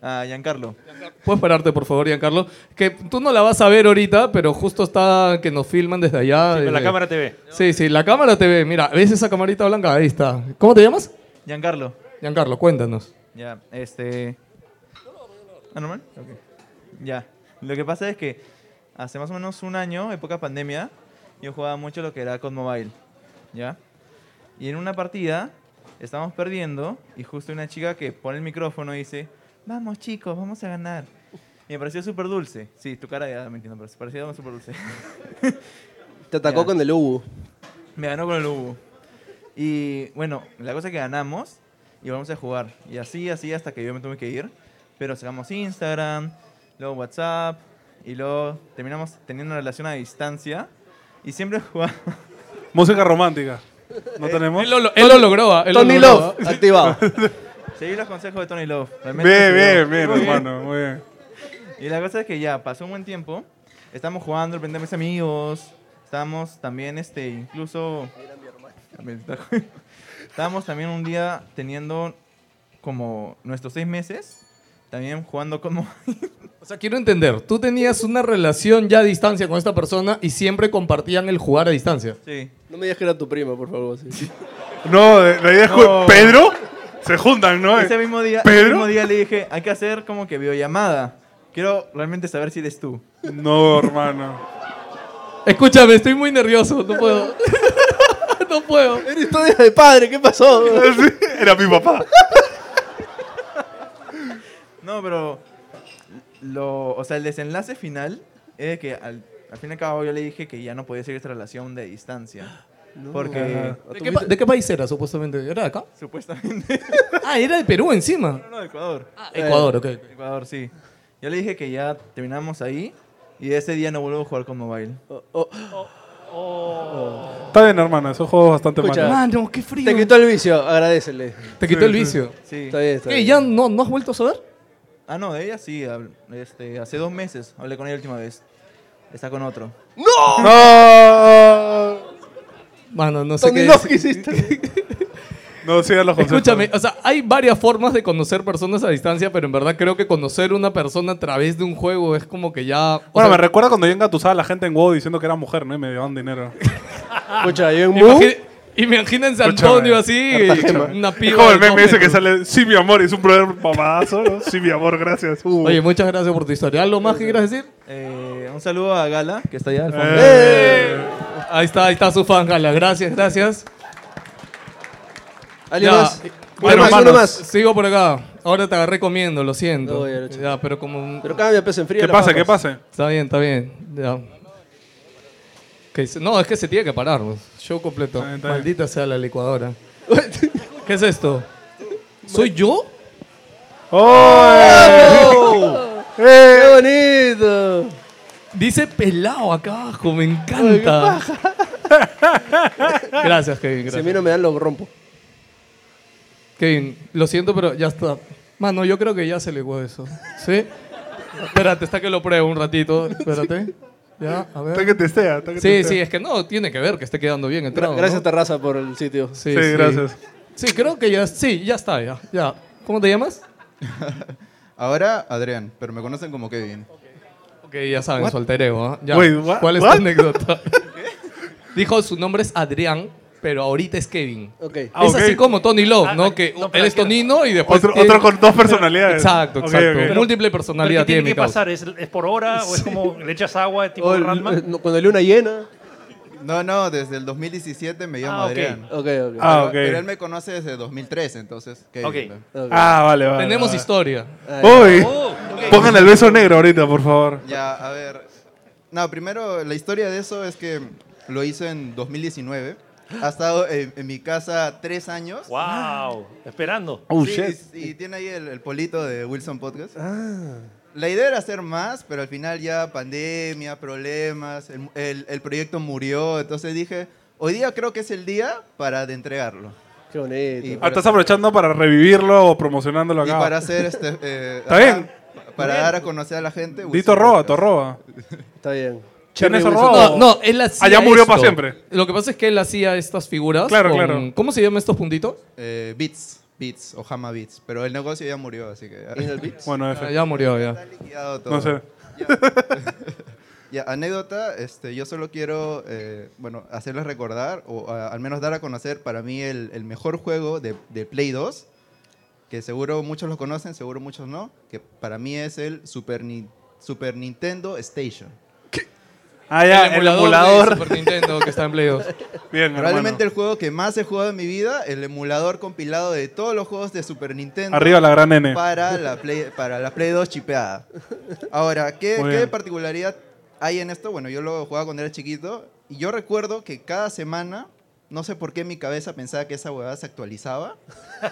Speaker 8: A Giancarlo.
Speaker 2: Puedes pararte, por favor, Giancarlo. Que tú no la vas a ver ahorita, pero justo está que nos filman desde allá.
Speaker 1: Con la
Speaker 2: desde-
Speaker 1: cámara TV.
Speaker 2: Sí, sí, la cámara te ve. Mira, ¿ves esa camarita blanca? Ahí está. ¿Cómo te llamas?
Speaker 8: Giancarlo.
Speaker 2: Giancarlo, cuéntanos.
Speaker 8: Ya, este. ¿Ah, normal? Ok. Ya. Lo que pasa es que hace más o menos un año, época pandemia, yo jugaba mucho lo que era con mobile. ¿Ya? Y en una partida estábamos perdiendo y justo una chica que pone el micrófono y dice: Vamos, chicos, vamos a ganar. Y me pareció súper dulce. Sí, tu cara ya me entiendo, pero se parecía súper dulce.
Speaker 5: Te atacó
Speaker 8: Ya.
Speaker 5: con el Ubu.
Speaker 8: Me ganó con el Ubu. Y bueno, la cosa es que ganamos y vamos a jugar. Y así, así hasta que yo me tuve que ir. Pero sacamos Instagram, luego WhatsApp y luego terminamos teniendo una relación a distancia. Y siempre jugamos.
Speaker 3: Música romántica. ¿No tenemos?
Speaker 2: Él lo, él lo logró. ah, él lo
Speaker 5: Tony
Speaker 2: logró,
Speaker 5: Love,
Speaker 2: ah.
Speaker 5: activado.
Speaker 8: Seguí los consejos de Tony Love. realmente
Speaker 3: Bien,
Speaker 8: los siguió.
Speaker 3: bien, bien, hermano. Muy bien.
Speaker 8: Y la cosa es que ya pasó un buen tiempo. Estamos jugando, de repente mis amigos. Estábamos también, este, incluso. Estábamos también un día teniendo como nuestros seis meses. También jugando como.
Speaker 2: O sea, quiero entender. Tú tenías una relación ya a distancia con esta persona y siempre compartían el jugar a distancia.
Speaker 8: Sí.
Speaker 5: No me digas que era tu prima, por favor. sí.
Speaker 3: No, de- la idea es que
Speaker 8: No.
Speaker 3: Pedro se juntan, ¿no?
Speaker 8: Ese mismo día, ese
Speaker 3: ¿Pedro?
Speaker 8: mismo día le dije, hay que hacer como que videollamada. Quiero realmente saber si eres tú.
Speaker 3: No, hermano.
Speaker 2: Escúchame, estoy muy nervioso. No puedo. no puedo.
Speaker 5: Era historia de padre, ¿qué pasó?
Speaker 3: Era mi papá.
Speaker 8: No, pero. Lo, o sea, el desenlace final es de que al, al fin y al cabo yo le dije que ya no podía seguir esta relación de distancia. Porque
Speaker 2: ¿De qué, pa- de qué país era, supuestamente? ¿Era de acá?
Speaker 8: supuestamente.
Speaker 2: Ah, era de Perú encima.
Speaker 8: no, no, de Ecuador.
Speaker 2: Ah, Ecuador, ok.
Speaker 8: De Ecuador, sí. Yo le dije que ya terminamos ahí y ese día no vuelvo a jugar con mobile.
Speaker 5: Oh,
Speaker 2: Oh.
Speaker 3: Está bien, hermano. Esos juegos bastante
Speaker 5: Escucha.
Speaker 3: malos.
Speaker 2: Mano, qué frío.
Speaker 5: Te quitó el vicio, agradecele.
Speaker 2: Te quitó el vicio.
Speaker 8: Sí.
Speaker 5: Está bien, está
Speaker 2: ¿Qué?
Speaker 5: bien.
Speaker 2: ¿Ya no, no has vuelto a saber?
Speaker 8: Ah, no, de ella sí. habl- Este, hace dos meses hablé con ella la última vez. Está con otro.
Speaker 2: Mano, no sé
Speaker 5: Tony
Speaker 2: qué
Speaker 5: Love,
Speaker 2: decir.
Speaker 5: ¿qué hiciste?
Speaker 3: No sigan los consejos.
Speaker 2: Escúchame, o sea, hay varias formas de conocer personas a distancia, pero en verdad creo que conocer una persona a través de un juego es como que ya... o
Speaker 3: Bueno,
Speaker 2: sea,
Speaker 3: me recuerda cuando yo engatusaba a la gente en WoW diciendo que era mujer, ¿no? Y me daban dinero.
Speaker 5: Escucha, yo en Mu.
Speaker 2: imagi- Imagínense a
Speaker 3: Escúchame,
Speaker 2: Antonio así, una
Speaker 3: Es
Speaker 2: piba.
Speaker 3: como el
Speaker 2: de
Speaker 3: meme ese que
Speaker 2: Cosmetru.
Speaker 3: sale, sí, mi amor, es un brother mamadazo, ¿no? Sí, mi amor, gracias. Uh.
Speaker 2: Oye, muchas gracias por tu historia. ¿Algo más que quieras decir?
Speaker 8: Eh, un saludo a Gala, que está allá al fondo.
Speaker 5: ¡Eh!
Speaker 2: Ahí está, ahí está su fan, Gala. Gracias, gracias.
Speaker 5: ¿Alguien
Speaker 2: Ya.
Speaker 5: más? Uno
Speaker 2: Bueno,
Speaker 5: más, uno
Speaker 2: hermanos,
Speaker 5: más.
Speaker 2: Sigo por acá. Ahora te agarré comiendo, lo siento.
Speaker 5: No, ya lo
Speaker 2: ya, pero como...
Speaker 5: Pero cambia, pez en frío.
Speaker 3: ¿Qué pasa? ¿Qué pasa?
Speaker 2: Está bien, está bien. Ya. Que se- no, es que se tiene que parar. pues. Show completo.
Speaker 3: Está bien, está bien.
Speaker 2: Maldita sea la licuadora. ¿Qué es esto? ¿Soy yo?
Speaker 5: ¡Oh! ¡Qué bonito!
Speaker 2: Dice pelado acá abajo, me encanta. gracias, Kevin.
Speaker 5: Si
Speaker 2: Gracias.
Speaker 5: a mí no me dan, lo rompo.
Speaker 2: Kevin, lo siento, pero ya está. Mano, yo creo que ya se licuó eso. ¿Sí? Espérate, está que lo pruebo un ratito. Espérate. Ya, a
Speaker 3: Está
Speaker 2: ver.
Speaker 3: que testea, está que
Speaker 2: Sí,
Speaker 3: testea.
Speaker 2: sí, es que no, tiene que ver que esté quedando bien el
Speaker 5: Gra-
Speaker 2: trago, ¿no?
Speaker 5: gracias, Terraza, por el sitio.
Speaker 2: Sí,
Speaker 3: Sí, gracias.
Speaker 2: Sí, creo que ya, sí, ya está, ya, ya. ¿Cómo te llamas?
Speaker 9: Ahora Adrián, pero me conocen como Kevin.
Speaker 2: Ok, ya saben, su alter ego, ¿ah? Ya.
Speaker 3: Wait, what?
Speaker 2: ¿Cuál es
Speaker 3: What?
Speaker 2: tu anécdota? Dijo, su nombre es Adrián, pero ahorita es Kevin.
Speaker 5: Ok.
Speaker 3: Ah,
Speaker 2: es
Speaker 3: ok.
Speaker 2: así como Tony Love,
Speaker 1: Ah,
Speaker 2: ¿no?
Speaker 1: ah,
Speaker 2: Que
Speaker 1: no, pero
Speaker 2: él es
Speaker 1: quiero-
Speaker 2: Tonino y después...
Speaker 3: Otro,
Speaker 2: tiene-
Speaker 3: otro con dos personalidades.
Speaker 2: Exacto,
Speaker 3: Ok,
Speaker 2: exacto.
Speaker 3: ok.
Speaker 2: Múltiple
Speaker 1: ¿Pero
Speaker 2: personalidad
Speaker 1: qué tiene
Speaker 2: tiene, Oh, mi
Speaker 1: que
Speaker 2: causa.
Speaker 1: pasar? ¿Es, es por hora o es como le echas agua tipo
Speaker 5: O el-
Speaker 1: Ranma?
Speaker 5: eh, no, cuando hay luna llena.
Speaker 9: No, no, desde el 2017 me llamo
Speaker 1: Ah, ok.
Speaker 9: Adrián.
Speaker 5: Ok, ok.
Speaker 3: Ah,
Speaker 9: Pero- Pero él
Speaker 3: ok.
Speaker 9: me conoce desde 2013, entonces. Kevin,
Speaker 1: Ok.
Speaker 9: ¿no?
Speaker 5: ok.
Speaker 3: Ah, vale, vale.
Speaker 2: Tenemos
Speaker 3: vale.
Speaker 2: historia.
Speaker 3: Uy,
Speaker 1: Oh, ok.
Speaker 3: pongan el beso negro ahorita, por favor.
Speaker 9: Ya, a ver. No, primero, la historia de eso es que lo hice en 2019. Ha estado en, en mi casa tres años.
Speaker 1: Wow, esperando.
Speaker 3: Oh,
Speaker 9: Sí,
Speaker 3: shit.
Speaker 9: Y, y tiene ahí el, el polito de Wilson Podcast.
Speaker 3: Ah.
Speaker 9: La idea era hacer más, pero al final ya pandemia, problemas, el, el- el proyecto murió. Entonces dije, hoy día creo que es el día para de entregarlo.
Speaker 5: Qué bonito.
Speaker 9: Y-
Speaker 3: Ah, estás aprovechando para revivirlo o promocionándolo
Speaker 9: Y
Speaker 3: acá.
Speaker 9: para hacer este... eh,
Speaker 3: Está
Speaker 9: ajá,
Speaker 3: bien.
Speaker 9: Para dar a conocer a la gente.
Speaker 3: Dito
Speaker 9: Wilson
Speaker 3: roba,
Speaker 9: Podcast.
Speaker 3: torroba.
Speaker 5: Está bien.
Speaker 3: ¿Quién es
Speaker 5: Wilson.
Speaker 3: Rob?
Speaker 2: No, no, él hacía
Speaker 3: Allá Ah, murió
Speaker 2: esto.
Speaker 3: para siempre.
Speaker 2: Lo que pasa es que él hacía estas figuras
Speaker 3: Claro,
Speaker 2: con-
Speaker 3: claro.
Speaker 2: ¿Cómo se llaman estos puntitos?
Speaker 9: Eh, Beats. Beats o Hama Beats, pero el negocio ya murió, así que ya,
Speaker 5: ¿Es el Beats?
Speaker 3: Bueno,
Speaker 2: Ah,
Speaker 3: F.
Speaker 2: ya murió,
Speaker 9: está
Speaker 2: ya.
Speaker 9: liquidado todo.
Speaker 3: No sé.
Speaker 9: Ya, anécdota, este, yo solo quiero, eh, bueno, hacerles recordar, o a- al menos dar a conocer para mí el, el mejor juego de, de Play 2, que seguro muchos lo conocen, seguro muchos no, que para mí es el Super, Ni- Super Nintendo Station.
Speaker 3: Ah, ya, el
Speaker 2: de
Speaker 3: emulador.
Speaker 2: Super Nintendo que está en Play 2.
Speaker 3: Bien,
Speaker 9: Probablemente
Speaker 3: hermano.
Speaker 9: el juego que más he jugado en mi vida, el emulador compilado de todos los juegos de Super Nintendo.
Speaker 3: Arriba la gran N.
Speaker 9: para la Play, para la Play 2 chipeada. Ahora, ¿qué,
Speaker 3: Muy
Speaker 9: qué
Speaker 3: bien.
Speaker 9: particularidad hay en esto? Bueno, yo lo jugaba cuando era chiquito y yo recuerdo que cada semana, no sé por qué en mi cabeza pensaba que esa huevada se actualizaba,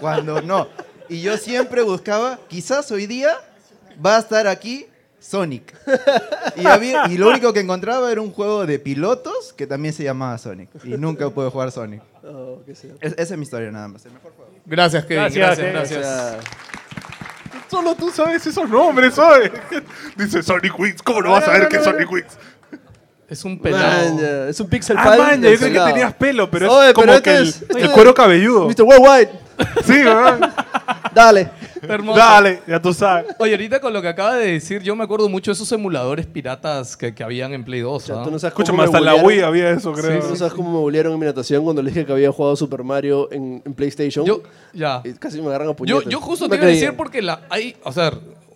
Speaker 9: cuando no. Y yo siempre buscaba, quizás hoy día va a estar aquí Sonic. Y, había- y lo único que encontraba era un juego de pilotos que también se llamaba Sonic. Y nunca pude jugar Sonic.
Speaker 5: Oh, qué sé yo.
Speaker 9: Es- esa es mi historia nada más. El mejor juego.
Speaker 2: Gracias, Kevin.
Speaker 1: Gracias,
Speaker 2: Gracias,
Speaker 1: Kevin.
Speaker 2: gracias.
Speaker 3: Solo tú sabes esos nombres, hoy. Dice Sonic Wings. ¿Cómo no vas a ver que es Sonic Wings?
Speaker 2: Es un
Speaker 5: Man,
Speaker 2: pelado.
Speaker 5: ya, Es un pixel
Speaker 3: Ah, man,
Speaker 5: pad
Speaker 3: yo creí que
Speaker 5: ensangrado.
Speaker 3: tenías pelo, pero
Speaker 5: Oye,
Speaker 3: es como
Speaker 5: pero
Speaker 3: que
Speaker 5: este
Speaker 3: el,
Speaker 5: es-
Speaker 3: el
Speaker 5: este es-
Speaker 3: cuero cabelludo.
Speaker 5: Mr. Worldwide,
Speaker 3: Sí, ¿verdad?
Speaker 5: dale.
Speaker 2: Está hermoso.
Speaker 3: Dale, ya tú sabes.
Speaker 2: Oye, ahorita con lo que acaba de decir, yo me acuerdo mucho de esos emuladores piratas que, que habían en Play 2.
Speaker 5: Ya,
Speaker 2: ¿ah?
Speaker 5: tú no sabes cómo
Speaker 3: Escúchame,
Speaker 5: me
Speaker 3: hasta en la
Speaker 5: bullearon.
Speaker 3: Wii había eso, creo.
Speaker 5: Tú no sabes cómo me bullearon en mi natación cuando le dije que había jugado Super Mario en, en PlayStation.
Speaker 2: Yo, ya.
Speaker 5: Y casi me agarran a
Speaker 2: Yo,
Speaker 5: puñetes.
Speaker 2: yo justo
Speaker 5: No
Speaker 2: te iba a
Speaker 5: creía.
Speaker 2: decir porque la hay, o sea,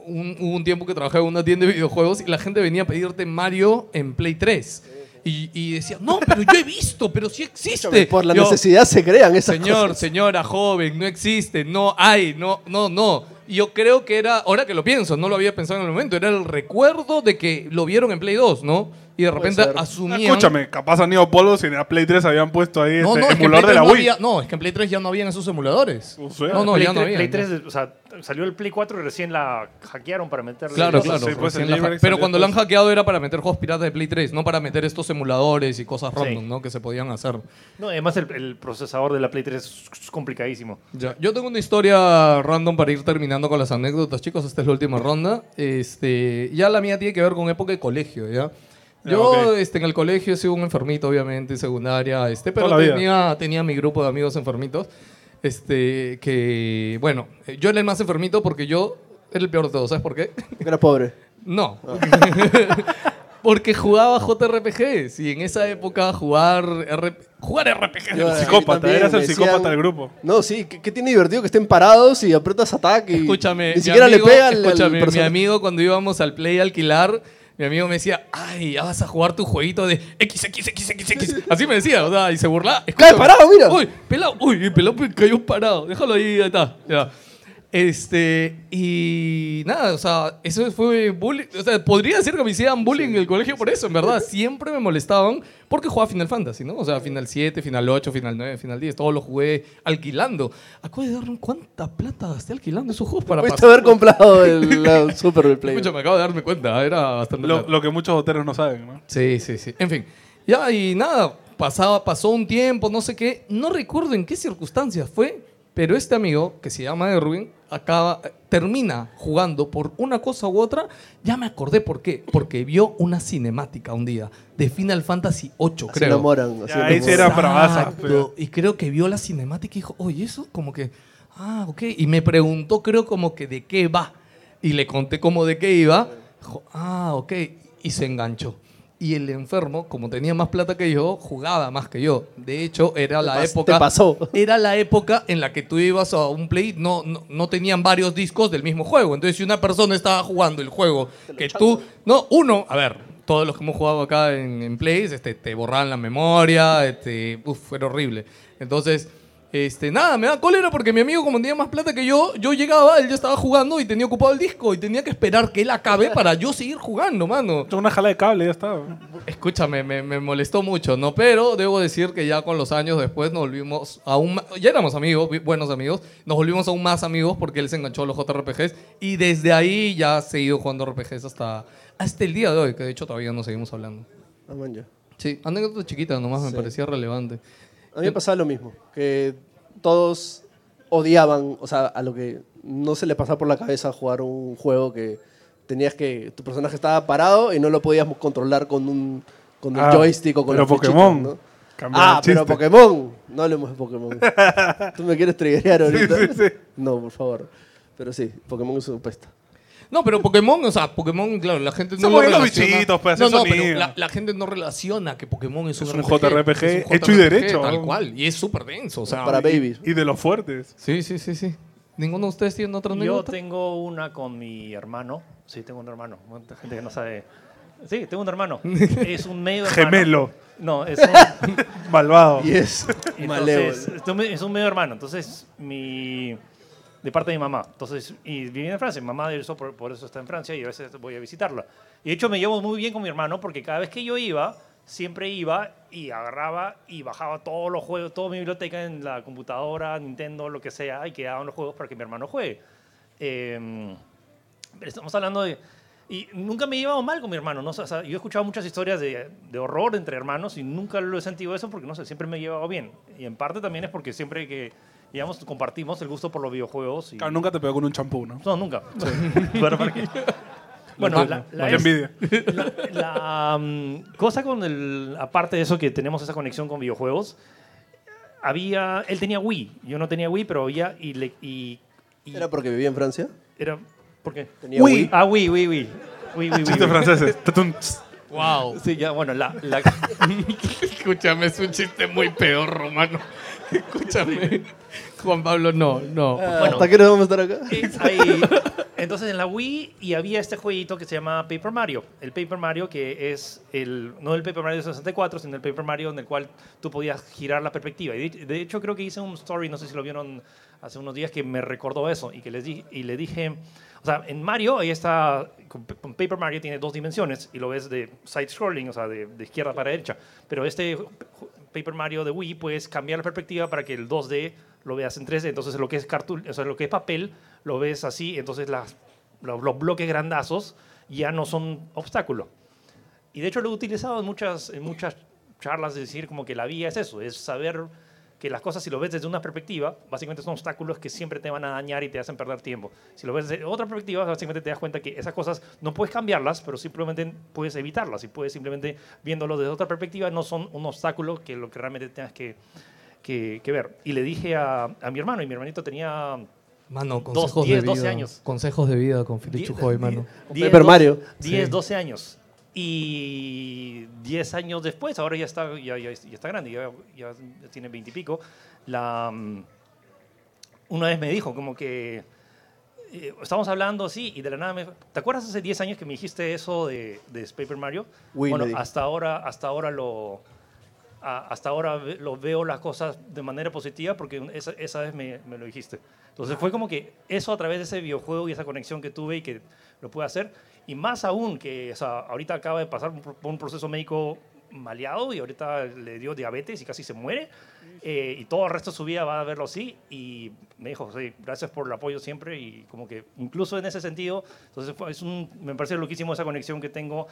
Speaker 2: un, hubo un tiempo que trabajaba en una tienda de videojuegos y la gente venía a pedirte Mario en Play 3. Y, y decía, no, pero yo he visto, pero sí existe.
Speaker 5: Por la
Speaker 2: este, Yo,
Speaker 5: necesidad se crean esas
Speaker 2: Señor,
Speaker 5: cosas.
Speaker 2: señora, joven, no existe, no hay, no, no, no. Y Yo creo que era, ahora que lo pienso, no lo había pensado en el momento, era el recuerdo de que lo vieron en Play 2, ¿no? Y de repente
Speaker 5: ser.
Speaker 2: asumían...
Speaker 3: Escúchame, capaz han ido polvos y en la Play 3 habían puesto ahí
Speaker 2: No,
Speaker 3: este
Speaker 2: no, es que en Play
Speaker 3: emulador de
Speaker 2: 3
Speaker 3: la
Speaker 2: no
Speaker 3: Wii.
Speaker 2: había- no, es que en Play 3 ya no habían esos emuladores.
Speaker 3: O sea,
Speaker 2: no, no,
Speaker 1: Play
Speaker 2: ya no
Speaker 1: 3,
Speaker 2: había.
Speaker 1: Play
Speaker 2: ¿no?
Speaker 1: 3, o sea, salió el Play 4 y recién la hackearon para meterle.
Speaker 2: Claro,
Speaker 3: Sí,
Speaker 2: claro.
Speaker 3: sí, pues,
Speaker 2: recién
Speaker 3: el
Speaker 2: la
Speaker 3: Liberty
Speaker 2: ha- pero
Speaker 3: salió
Speaker 2: cuando lo han
Speaker 3: después.
Speaker 2: hackeado era para meter juegos piratas de Play 3, no para meter estos emuladores y cosas random, ¿no? Que se podían hacer.
Speaker 1: No, además el, el procesador de la Play 3 es complicadísimo.
Speaker 2: Ya, Yo tengo una historia random para ir terminando con las anécdotas, chicos. Esta es la última ronda. Este, ya la mía tiene que ver con época de colegio, ¿ya?
Speaker 3: Ya,
Speaker 2: Yo
Speaker 3: Ah, ok.
Speaker 2: este, en el colegio he sido un enfermito, obviamente, en secundaria, este, pero
Speaker 3: Toda la vida.
Speaker 2: tenía, tenía mi grupo de amigos enfermitos. Este, que, bueno, eh, yo era el más enfermito porque yo era el peor de todos, ¿sabes por qué?
Speaker 5: Porque eras pobre. Ah.
Speaker 2: No. Porque jugaba JRPGs y en esa época jugar, R- jugar RPGs.
Speaker 5: Yo, a mí
Speaker 3: psicópata,
Speaker 5: también
Speaker 3: eras
Speaker 5: me
Speaker 3: el psicópata del grupo.
Speaker 5: No, sí, ¿qué, qué tiene divertido que estén parados y apretas ataque? y
Speaker 2: Escúchame,
Speaker 5: Ni siquiera
Speaker 2: mi amigo,
Speaker 5: le pegan al
Speaker 2: escúchame, mi
Speaker 5: personaje.
Speaker 2: amigo cuando íbamos al play a alquilar, mi amigo me decía, ay, ya vas a jugar tu jueguito de XXXXX. Así me decía, o sea, y se burla.
Speaker 5: Cae parado, mira.
Speaker 2: Uy, pelado, uy, el pelado pe- cayó parado. Déjalo ahí, ahí está. Ya. Este, y nada, o sea, eso fue bullying. O sea, podría decir que me hicieran bullying en el colegio por eso, en verdad. Siempre me molestaban porque jugaba Final Fantasy, ¿no? O sea, Final 7, Final 8, Final 9, Final 10, todo lo jugué alquilando. Acabo de darme cuánta plata gasté alquilando esos juegos para
Speaker 5: Pudiste
Speaker 2: pasar.
Speaker 5: haber comprado el la Super del Play.
Speaker 2: Escucha, me acabo de darme cuenta, era bastante.
Speaker 3: Lo,
Speaker 2: plata.
Speaker 3: lo que muchos boteros no saben, ¿no?
Speaker 2: Sí, sí, sí. En fin. Ya, y nada, pasaba, pasó un tiempo, no sé qué. No recuerdo en qué circunstancias fue, pero este amigo, que se llama Erwin, acaba, eh, termina jugando por una cosa u otra. Ya me acordé por qué. Porque vio una cinemática un día de Final Fantasy VIII,
Speaker 5: Así
Speaker 2: creo.
Speaker 5: enamoran. así
Speaker 3: Ya, ahí sí
Speaker 5: enamoran.
Speaker 3: era bravaza,
Speaker 2: Exacto.
Speaker 3: pero-
Speaker 2: Y creo que vio la cinemática y dijo, oye, eso como que, ah, ok. Y me preguntó, creo como que de qué va. Y le conté como de qué iba. Dijo, ah, ok. Y se enganchó. Y el enfermo, como tenía más plata que yo, jugaba más que yo. De hecho, era la
Speaker 5: pas-
Speaker 2: época.
Speaker 5: te pasó.
Speaker 2: Era la época en la que tú ibas a un play, no, no, no tenían varios discos del mismo juego. Entonces, si una persona estaba jugando el juego que tú. No, uno, a ver, todos los que hemos jugado acá en, en plays, este, te borraban la memoria, este, uf, era horrible. Entonces. Este, nada, me da cólera porque mi amigo como tenía más plata que yo, yo llegaba, él ya estaba jugando y tenía ocupado el disco y tenía que esperar que él acabe para yo seguir jugando, mano.
Speaker 3: Una jala de cable, ya está.
Speaker 2: Escúchame, me, me molestó mucho, ¿no? Pero debo decir que ya con los años después nos volvimos aún más... Ya éramos amigos, bi- buenos amigos. Nos volvimos aún más amigos porque él se enganchó a los JRPGs. Y desde ahí ya ha seguido jugando RPGs hasta, hasta el día de hoy, que de hecho todavía nos seguimos hablando.
Speaker 5: Ah, man, ya.
Speaker 2: Sí, anécdota chiquita nomás, me parecía relevante. Eh,
Speaker 5: A mí me pasaba lo mismo, que todos odiaban, o sea, a lo que no se le pasaba por la cabeza jugar un juego que tenías que, tu personaje estaba parado y no lo podías controlar con un con el
Speaker 3: Ah,
Speaker 5: joystick o con
Speaker 3: pero
Speaker 5: la flechita,
Speaker 3: Pokémon.
Speaker 5: ¿no?
Speaker 3: Cambiar
Speaker 5: Ah,
Speaker 3: el chiste.
Speaker 5: pero Pokémon. No hablemos de Pokémon. Tú me quieres triggerear ahorita.
Speaker 3: sí, sí.
Speaker 5: No, por favor. Pero sí, Pokémon es una pesta.
Speaker 2: No, pero Pokémon, o sea, Pokémon, claro, la gente no
Speaker 3: Son
Speaker 2: lo
Speaker 3: buenos
Speaker 2: relaciona.
Speaker 3: bichitos, pues,
Speaker 2: no,
Speaker 3: eso
Speaker 2: no, pero
Speaker 3: mismo.
Speaker 2: la, la gente no relaciona que Pokémon es un
Speaker 3: Es un
Speaker 2: RPG,
Speaker 3: JRPG,
Speaker 2: es un
Speaker 3: hecho y
Speaker 2: JRPG,
Speaker 3: derecho.
Speaker 2: Tal cual, y es súper denso, o sea.
Speaker 5: Para babies.
Speaker 3: Y de los fuertes.
Speaker 2: Sí, sí, sí, sí. ¿Ninguno de ustedes tiene otra
Speaker 1: Yo
Speaker 2: anécdota?
Speaker 1: tengo una con mi hermano. Sí, tengo un hermano. Mucha gente que no sabe. Sí, tengo un hermano. Es un medio hermano.
Speaker 3: Gemelo.
Speaker 1: No, es un,
Speaker 3: Malvado.
Speaker 5: Y es malévolo.
Speaker 1: entonces, es un- es un medio hermano. Entonces, mi, de parte de mi mamá. Entonces, y vivía en Francia. Mi mamá de eso, por, por eso está en Francia y a veces voy a visitarla. Y de hecho me llevo muy bien con mi hermano porque cada vez que yo iba, siempre iba y agarraba y bajaba todos los juegos, toda mi biblioteca en la computadora, Nintendo, lo que sea, y quedaban los juegos para que mi hermano juegue. Em, pero estamos hablando de... Y nunca me he llevado mal con mi hermano, ¿no? O sea, yo he escuchado muchas historias de, de horror entre hermanos y nunca lo he sentido eso porque, no sé, siempre me he llevado bien. Y en parte también es porque siempre que, digamos, compartimos el gusto por los videojuegos. Y...
Speaker 3: Claro, nunca te pegó con un champú, ¿no?
Speaker 1: No, nunca. Pero ¿para qué? Bueno, la, la-
Speaker 3: Qué envidia.
Speaker 1: la- la, mm, cosa con el. Aparte de eso, que tenemos esa conexión con videojuegos, había. Él tenía Wii. Yo no tenía Wii, pero había. Y, le- y, y-
Speaker 5: ¿Era porque vivía en Francia?
Speaker 1: era- ¿Por qué?
Speaker 5: Tenía Wii.
Speaker 1: Ah, Wii, Wii, Wii. Wii, Wii, Wii,
Speaker 3: Chistes
Speaker 1: Wii.
Speaker 3: franceses. Tatum, tss.
Speaker 2: Wow.
Speaker 1: Sí, ya, bueno, la- la,
Speaker 2: Escúchame, es un chiste muy peor, Romano. Escúchame. Juan Pablo, no, no.
Speaker 5: ¿Hasta Ah, qué hora vamos a estar acá?
Speaker 1: Eh, Ah. ahí. entonces en la Wii y había este jueguito que se llama Paper Mario. El Paper Mario que es el no el Paper Mario 64, sino el Paper Mario en el cual tú podías girar la perspectiva. Y de, de hecho creo que hice un story, no sé si lo vieron hace unos días que me recordó eso y que les di- y le dije, o sea, en Mario ahí está con P- con Paper Mario tiene dos dimensiones y lo ves de side scrolling, o sea, de, de izquierda para derecha, pero este ju- ju- Paper Mario de Wii puedes cambiar la perspectiva para que el 2D lo veas en 3D. Entonces lo que es cartoon, o sea, lo que es papel lo ves así. Entonces las, los, los bloques grandazos ya no son obstáculo. Y de hecho lo he utilizado en muchas, en muchas charlas, de decir como que la vía es eso, es saber que las cosas si lo ves desde una perspectiva, básicamente son obstáculos que siempre te van a dañar y te hacen perder tiempo. Si lo ves desde otra perspectiva, básicamente te das cuenta que esas cosas no puedes cambiarlas, pero simplemente puedes evitarlas y puedes simplemente viéndolo desde otra perspectiva, no son un obstáculo que lo que realmente tengas que, que, que ver. Y le dije a, a mi hermano, y mi hermanito tenía...
Speaker 2: Mano,
Speaker 1: Dos,
Speaker 2: consejos
Speaker 1: diez,
Speaker 2: de vida.
Speaker 1: doce años.
Speaker 2: Consejos de vida con Felipe Chujoy, mano.
Speaker 1: 10,
Speaker 5: Paper Mario.
Speaker 1: 10,
Speaker 2: Sí.
Speaker 1: 12 años. Y 10 años después, ahora ya está, ya, ya- ya está grande, ya, ya tiene 20 y pico, la, mm, una vez me dijo como que eh, estábamos hablando así y de la nada me dijo, ¿te acuerdas hace 10 años que me dijiste eso de, de Paper Mario?
Speaker 5: Uy,
Speaker 1: bueno,
Speaker 5: le dije.
Speaker 1: hasta ahora, hasta ahora lo... a- hasta ahora ve- lo veo las cosas de manera positiva porque esa, esa vez me, me lo dijiste. Entonces fue como que eso a través de ese videojuego y esa conexión que tuve y que lo pude hacer. Y más aún que o sea, ahorita acaba de pasar un pro- por un proceso médico maleado y ahorita le dio diabetes y casi se muere. Eh, y todo el resto de su vida va a verlo así. Y me dijo, sí, gracias por el apoyo siempre. Y como que incluso en ese sentido, entonces fue- es un, me parece loquísimo esa conexión que tengo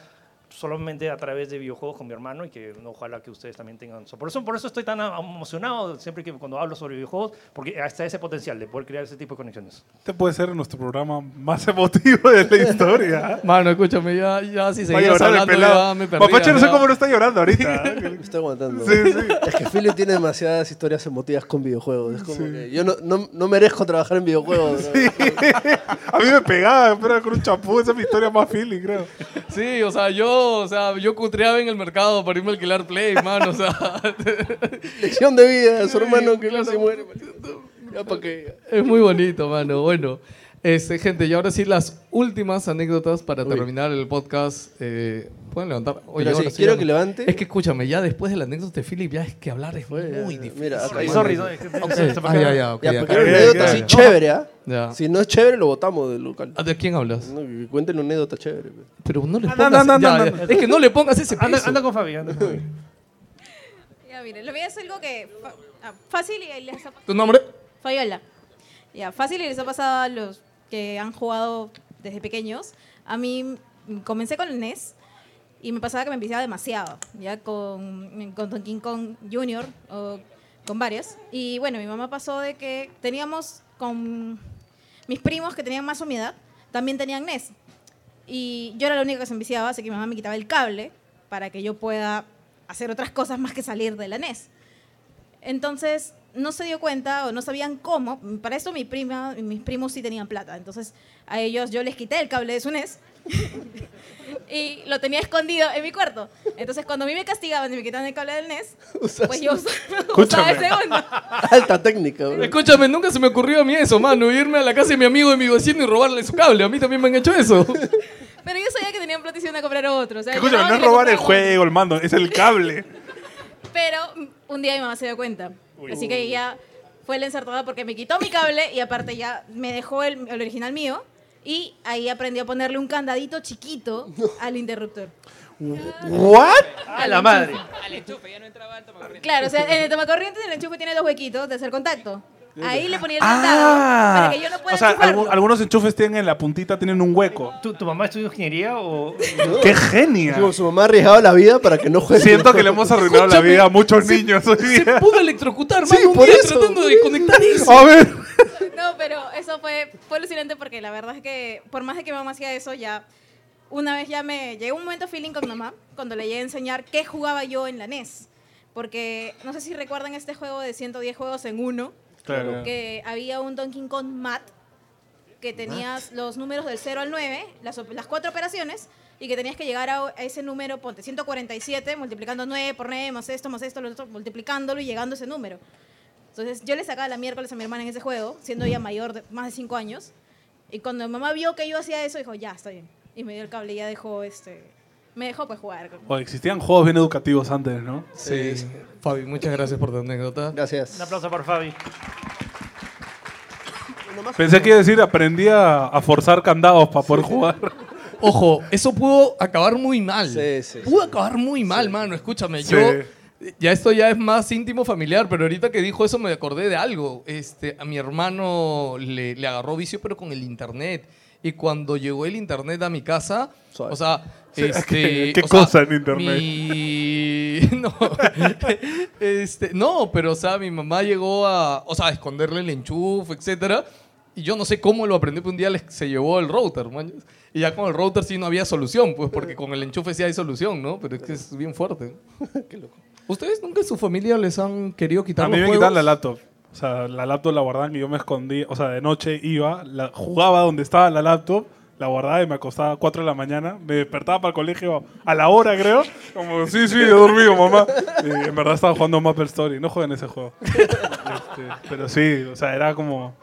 Speaker 1: solamente a través de videojuegos con mi hermano y que no, ojalá que ustedes también tengan eso. Por eso, por eso estoy tan a- emocionado siempre que cuando hablo sobre videojuegos, porque hasta ese potencial de poder crear ese tipo de conexiones.
Speaker 3: Este puede ser nuestro programa más emotivo de la historia.
Speaker 2: Mano, escúchame, ya, ya si
Speaker 3: Va a
Speaker 2: seguías
Speaker 3: llorar el
Speaker 2: hablando, ya
Speaker 3: pelado.
Speaker 2: me perdía.
Speaker 3: Mapache no sé
Speaker 2: ya.
Speaker 3: cómo no está llorando ahorita. ¿eh?
Speaker 5: Me está aguantando.
Speaker 3: Sí, sí.
Speaker 5: Es que Philip tiene demasiadas historias emotivas con videojuegos. Es como que yo no, no, no merezco trabajar en videojuegos. bro.
Speaker 3: A mí me pegaba, pero era con un chapú. Esa es mi historia más feeling, creo.
Speaker 2: Sí, o sea, yo, o sea, yo cutreaba en el mercado para irme a alquilar Play, mano, o sea,
Speaker 5: Lección de vida, su hermano que no
Speaker 2: claro.
Speaker 5: se muere. maldito. Ya para que.
Speaker 2: es muy bonito, mano. Bueno, este, gente, y ahora sí las últimas anécdotas para terminar el podcast. eh, Pueden levantar. Oye,
Speaker 5: Pero sí,
Speaker 2: ahora
Speaker 5: quiero
Speaker 2: ya
Speaker 5: que
Speaker 2: no-
Speaker 5: levante.
Speaker 2: Es que escúchame, ya después de la anécdota de Philip, ya es que hablar es muy
Speaker 5: eh,
Speaker 2: difícil.
Speaker 5: Mira, acá-
Speaker 1: Sorry, sorry. no, es que-
Speaker 2: Eh, ah, ya, ya, ok,
Speaker 5: Ya,
Speaker 2: ya, claro.
Speaker 5: pero quiero una anécdota así chévere, ¿ah?
Speaker 2: Ya.
Speaker 5: Si no es chévere, lo votamos del local.
Speaker 2: ¿De quién hablas?
Speaker 5: No, que cuenten una anécdota chévere. pues. pe.
Speaker 2: Pero no le
Speaker 3: Ah, no,
Speaker 2: pongas...
Speaker 3: no, no,
Speaker 2: ya,
Speaker 3: no,
Speaker 2: ya.
Speaker 3: no.
Speaker 2: Es que no le pongas ese peso.
Speaker 1: Anda, anda con Fabi. anda con Fabi.
Speaker 10: Ya, miren, les voy a hacer algo que. fa- ah, fácil y les ha pasado.
Speaker 2: ¿Tu nombre?
Speaker 10: Fabiola. Ya, fácil y les ha pasado a los que han jugado desde pequeños. A mí mm, comencé con el NES y me pasaba que me empezaba demasiado, ya con, mm, con Donkey Kong Jr. o con varias. Y bueno, mi mamá pasó de que teníamos con mis primos que tenían más humedad, también tenían E NES. Y yo era la única que se enviciaba, así que mi mamá me quitaba el cable para que yo pueda hacer otras cosas más que salir de la NES. Entonces, no se dio cuenta o no sabían cómo. Para eso mi prima, mis primos sí tenían plata. Entonces, a ellos yo les quité el cable de su NES y lo tenía escondido en mi cuarto. Entonces, cuando a mí me castigaban y me quitaban el cable del NES, pues yo usaba E usaba el segundo.
Speaker 5: Alta técnica, bro.
Speaker 2: Escúchame, nunca se me ocurrió a mí eso, mano. Irme a la casa de mi amigo y mi vecino y robarle su cable. A mí también me han hecho eso.
Speaker 10: Pero yo sabía que tenían plata y se iban a comprar otro. O sea,
Speaker 3: Escúchame,
Speaker 10: llamaban
Speaker 3: no
Speaker 10: y
Speaker 3: es
Speaker 10: le
Speaker 3: robar
Speaker 10: compraban
Speaker 3: el
Speaker 10: otro.
Speaker 3: juego, el mando, es el cable.
Speaker 10: Pero mm, un día mi mamá se dio cuenta. Así que ya fue la ensartada porque me quitó mi cable y aparte ya me dejó el, el original mío. Y ahí aprendí a ponerle un candadito chiquito al interruptor.
Speaker 3: ¿What?
Speaker 1: ¡A la madre!
Speaker 11: Al enchufe, ya no entraba el tomacorriente.
Speaker 10: Claro, o sea, en el tomacorriente del enchufe tiene dos huequitos de hacer contacto. Ahí le ponía el candado
Speaker 3: Ah,
Speaker 10: para que yo no pueda
Speaker 3: o sea,
Speaker 10: enchufarlo.
Speaker 3: algu- algunos enchufes tienen en la puntita, tienen un hueco.
Speaker 1: ¿Tu, tu mamá estudió ingeniería o...?
Speaker 3: ¡Qué genia!
Speaker 5: Digo, su mamá ha arriesgado la vida para que no juegue.
Speaker 3: Siento que le hemos arruinado la
Speaker 2: Escúchame,
Speaker 3: vida a muchos
Speaker 2: se-
Speaker 3: niños hoy
Speaker 2: Se
Speaker 3: día.
Speaker 2: pudo electrocutar,
Speaker 5: Sí,
Speaker 2: mano, un
Speaker 5: por
Speaker 2: día
Speaker 5: eso.
Speaker 2: tratando de conectar eso.
Speaker 3: A ver.
Speaker 10: No, pero eso fue, fue alucinante porque la verdad es que por más de que mi mamá hacía eso, ya una vez ya me llegó un momento feeling con mi mamá cuando le llegué a enseñar qué jugaba yo en la NES. Porque no sé si recuerdan este juego de 110 juegos en uno,
Speaker 3: Claro.
Speaker 10: que había un Donkey Kong Mat que tenías los números del 0 al 9, las, op- las cuatro operaciones, y que tenías que llegar a, o- a ese número, ponte 147, multiplicando 9 por 9, más esto, más esto, lo otro, multiplicándolo y llegando a ese número. Entonces yo le sacaba la miércoles a mi hermana en ese juego, siendo ella mayor, de, más de 5 años. Y cuando mi mamá vio que yo hacía eso, dijo, ya, está bien. Y me dio el cable y ya dejó este... Me dejó pues jugar.
Speaker 3: O existían juegos bien educativos antes, ¿no?
Speaker 2: Sí. Fabi, muchas gracias por tu anécdota.
Speaker 5: Gracias.
Speaker 1: Un aplauso para Fabi.
Speaker 3: Pensé que iba a decir, aprendí a, a forzar candados para poder jugar.
Speaker 2: Ojo, eso pudo acabar muy mal.
Speaker 5: Sí, sí,
Speaker 2: pudo acabar muy mal, mano. Escúchame,
Speaker 3: Sí.
Speaker 2: yo. Ya esto ya es más íntimo familiar, pero ahorita que dijo eso me acordé de algo. Este, a mi hermano le, le agarró vicio, pero con el internet. Y cuando llegó el internet a mi casa,
Speaker 5: Suave.
Speaker 2: o sea,
Speaker 3: Sí,
Speaker 2: este,
Speaker 3: ¿qué
Speaker 2: o sea,
Speaker 3: cosa en internet?
Speaker 2: mi- no, este, no, pero o sea, mi mamá llegó a, o sea, a esconderle el enchufe, etcétera. Y yo no sé cómo lo aprendí, pero un día les- se llevó el router, man. Y ya con el router sí no había solución, pues, porque con el enchufe sí hay solución, ¿no? Pero es que es bien fuerte. ¿Ustedes nunca en su familia les han querido quitar
Speaker 3: A mí
Speaker 2: los
Speaker 3: me
Speaker 2: juegos?
Speaker 3: quitaban la laptop. O sea, la laptop la guardaban y yo me escondía. O sea, de noche iba, la, jugaba donde estaba la laptop, la guardaba y me acostaba a 4 de la mañana. Me despertaba para el colegio a la hora, creo. Como, sí, sí, he dormido, mamá. Y en verdad estaba jugando Maple Story. No jueguen ese juego. Este, pero sí, o sea, era como...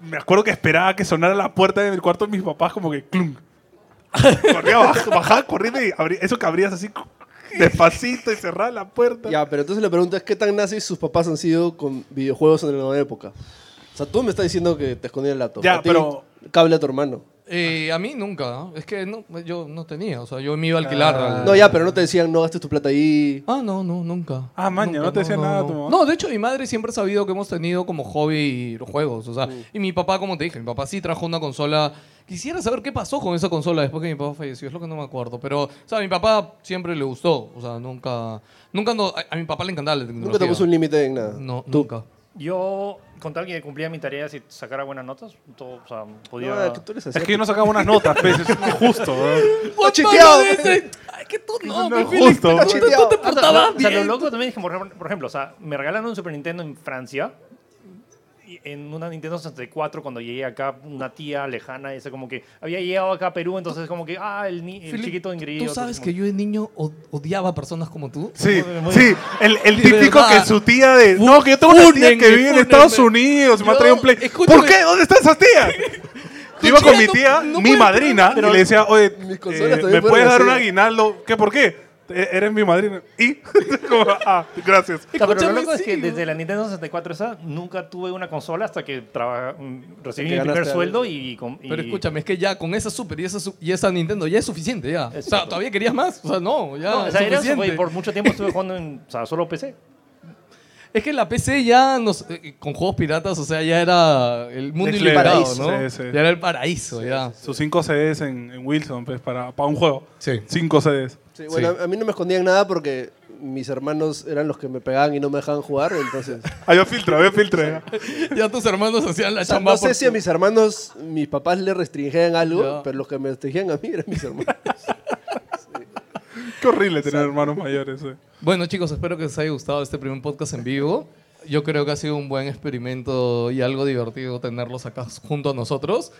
Speaker 3: Me acuerdo que esperaba que sonara la puerta de mi cuarto de mis papás como que clum. Corría, baj- bajaba corriendo y abrí- eso que abrías así despacito y cerraba la puerta.
Speaker 5: Ya, pero entonces la pregunta es: ¿qué tan nazis sus papás han sido con videojuegos en la nueva época? O sea, tú me estás diciendo que te escondían el laptop.
Speaker 3: Ya,
Speaker 5: A ti,
Speaker 3: pero-
Speaker 5: Cable a tu hermano.
Speaker 2: Eh, a mí nunca, ¿no? Es que no, yo no tenía, o sea, yo me iba a alquilar. al-
Speaker 5: Ah. No, ya, pero no te decían, no gastes tu plata ahí.
Speaker 2: Ah, no, no, nunca.
Speaker 3: Ah, maña,
Speaker 2: Nunca,
Speaker 3: no te decía nada tu mamá.
Speaker 2: No, de hecho, mi madre siempre ha sabido que hemos tenido como hobby los juegos. O sea,
Speaker 5: Uh.
Speaker 2: y mi papá, como te dije, mi papá sí trajo una consola. Quisiera saber qué pasó con esa consola después que mi papá falleció, es lo que no me acuerdo. Pero, o sea, a mi papá siempre le gustó. O sea, nunca. Nunca no- a, a mi papá le encantaba la tecnología.
Speaker 5: Nunca te puso un límite en nada.
Speaker 2: No,
Speaker 5: Tú.
Speaker 2: nunca.
Speaker 1: Yo, con tal que cumplía mis tareas y sacara buenas notas, todo, o sea, podía...
Speaker 5: No, es que tú eres
Speaker 3: Es que yo no sacaba unas notas, pues, es injusto. ¿eh?
Speaker 2: ¡Oh,
Speaker 5: chisteado!
Speaker 2: Ay, que tú no,
Speaker 3: no
Speaker 2: me
Speaker 3: es justo.
Speaker 2: Tú te
Speaker 1: O sea,
Speaker 2: portabas
Speaker 1: lo- o sea, lo
Speaker 2: bien.
Speaker 1: loco también es que, por ejemplo- por ejemplo, o sea, me regalaron un Super Nintendo en Francia. y En una Nintendo 64, cuando llegué acá, una tía lejana, ese como que había llegado acá a Perú, entonces como que, ah, el, ni- el
Speaker 2: Philip,
Speaker 1: chiquito pues, ingreído.
Speaker 2: Tú sabes que yo de niño od- odiaba a personas como tú.
Speaker 3: Sí,
Speaker 1: Muy bien, muy
Speaker 3: sí, el, el
Speaker 2: De
Speaker 3: típico
Speaker 2: verdad.
Speaker 3: que su tía de... No, que yo tengo una tía
Speaker 2: Fúnenme,
Speaker 3: que vive en
Speaker 2: fúnenme.
Speaker 3: Estados Unidos y me ha
Speaker 2: Yo-
Speaker 3: traído un play.
Speaker 2: escúchame.
Speaker 3: ¿Por qué? ¿Dónde está esa tía? Yo iba
Speaker 2: tía
Speaker 3: con mi
Speaker 2: no-
Speaker 3: tía,
Speaker 2: no
Speaker 3: mi
Speaker 2: puede
Speaker 3: madrina, y le decía, oye,
Speaker 5: Mis
Speaker 3: eh,
Speaker 5: consolas también
Speaker 3: ¿me puedes
Speaker 5: fueron
Speaker 3: dar un
Speaker 5: así.
Speaker 3: aguinaldo? ¿Qué? ¿Por qué? E- Eres mi madrina. ¿Y? Como, ah, gracias.
Speaker 1: O sea, pero lo
Speaker 2: Escúchame,
Speaker 1: loco es que
Speaker 2: sí.
Speaker 1: desde la Nintendo 64 esa, nunca tuve una consola hasta que traba- mm, recibí
Speaker 5: Que
Speaker 1: mi primer
Speaker 5: ganaste algo.
Speaker 1: sueldo y... con- y-
Speaker 2: Pero escúchame, es que ya con esa Super y esa, su- y esa Nintendo ya es suficiente, ya. O sea,
Speaker 1: Exacto.
Speaker 2: ¿todavía querías más? O sea, no, ya
Speaker 1: No, o sea, era eso,
Speaker 2: suficiente.
Speaker 1: güey, por mucho tiempo estuve jugando en, o sea, solo PC.
Speaker 2: Es que la PC ya, nos, eh, con juegos piratas, o sea, ya era el mundo
Speaker 3: Next
Speaker 2: ilimitado,
Speaker 3: level.
Speaker 2: ¿no?
Speaker 3: Sí, sí.
Speaker 2: Ya era el paraíso, ya.
Speaker 3: Sus 5 CDs en, en Wilson, pues, para, para un juego.
Speaker 2: Sí.
Speaker 3: 5 CDs.
Speaker 5: Sí, bueno,
Speaker 2: Sí.
Speaker 5: a mí no me escondían nada porque mis hermanos eran los que me pegaban y no me dejaban jugar, entonces...
Speaker 3: Había filtro, había filtro. ¿eh?
Speaker 2: Ya tus hermanos hacían la
Speaker 5: O sea,
Speaker 2: chamba
Speaker 5: no sé
Speaker 2: por
Speaker 5: si
Speaker 2: ti.
Speaker 5: a mis hermanos, mis papás le restringían algo,
Speaker 2: Ya.
Speaker 5: pero los que me restringían a mí eran mis hermanos.
Speaker 3: Qué horrible tener hermanos mayores. eh.
Speaker 2: Bueno, chicos, espero que les haya gustado este primer podcast en vivo. Yo creo que ha sido un buen experimento y algo divertido tenerlos acá junto a nosotros.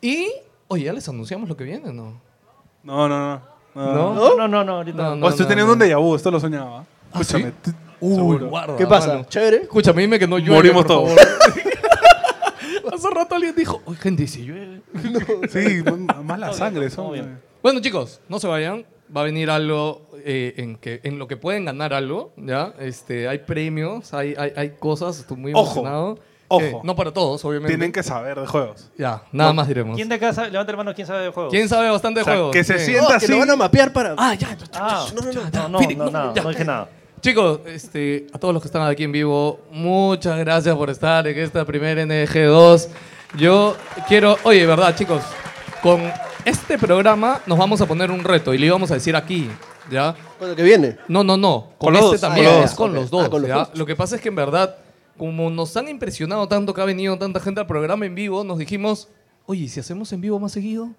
Speaker 2: Y, oye, ya les anunciamos lo que viene, ¿no?
Speaker 3: No, no, no. No.
Speaker 2: ¿No?
Speaker 1: No, no, no, no, ahorita no.
Speaker 2: No,
Speaker 3: Oh, estoy teniendo
Speaker 2: no.
Speaker 3: un déjà vu, esto lo soñaba.
Speaker 2: ¿Ah,
Speaker 3: Escúchame.
Speaker 2: sí?
Speaker 3: t-
Speaker 2: Uy,
Speaker 3: seguro.
Speaker 2: guarda,
Speaker 5: ¿Qué pasa?
Speaker 2: mano.
Speaker 5: ¿Chévere?
Speaker 2: Escúchame, dime que no llueve.
Speaker 3: Morimos
Speaker 2: por
Speaker 3: todos.
Speaker 2: favor. Hace rato alguien dijo, oye, gente, si llueve.
Speaker 3: Sí, m- mala sangre son.
Speaker 1: bien.
Speaker 3: eh.
Speaker 2: Bueno, chicos, no se vayan. Va a venir algo eh, en, que, en lo que pueden ganar algo, ¿ya? Este, hay premios, hay, hay, hay cosas. Estoy muy
Speaker 3: Ojo,
Speaker 2: emocionado.
Speaker 3: ojo.
Speaker 2: Eh, no para todos, obviamente.
Speaker 3: Tienen que saber de juegos.
Speaker 2: Ya, nada más diremos.
Speaker 1: ¿Quién de acá sabe? Levanta la mano, ¿quién sabe de juegos?
Speaker 2: ¿Quién sabe bastante de
Speaker 3: O sea,
Speaker 2: juegos?
Speaker 3: que se
Speaker 2: Sí.
Speaker 3: sienta
Speaker 5: No, que
Speaker 3: así.
Speaker 5: lo van a mapear para.
Speaker 2: Ah, ya.
Speaker 1: Ah, no, no, no, no, no, nada,
Speaker 2: ya.
Speaker 1: no dije nada.
Speaker 2: Chicos, este, a todos los que están aquí en vivo, muchas gracias por estar en esta primera NG2. Yo quiero, oye, verdad, chicos, con este programa nos vamos a poner un reto y le íbamos a decir aquí, ¿ya?
Speaker 5: Con lo que viene.
Speaker 2: No, no, no.
Speaker 3: Con los
Speaker 2: este
Speaker 3: dos,
Speaker 2: también
Speaker 5: con los
Speaker 2: es con los
Speaker 5: dos. Ok.
Speaker 2: dos.
Speaker 5: Ah, con los
Speaker 2: ¿ya?
Speaker 5: dos.
Speaker 2: Lo que pasa es que en verdad, como nos han impresionado tanto que ha venido tanta gente al programa en vivo, nos dijimos, oye, ¿y si hacemos en vivo más seguido?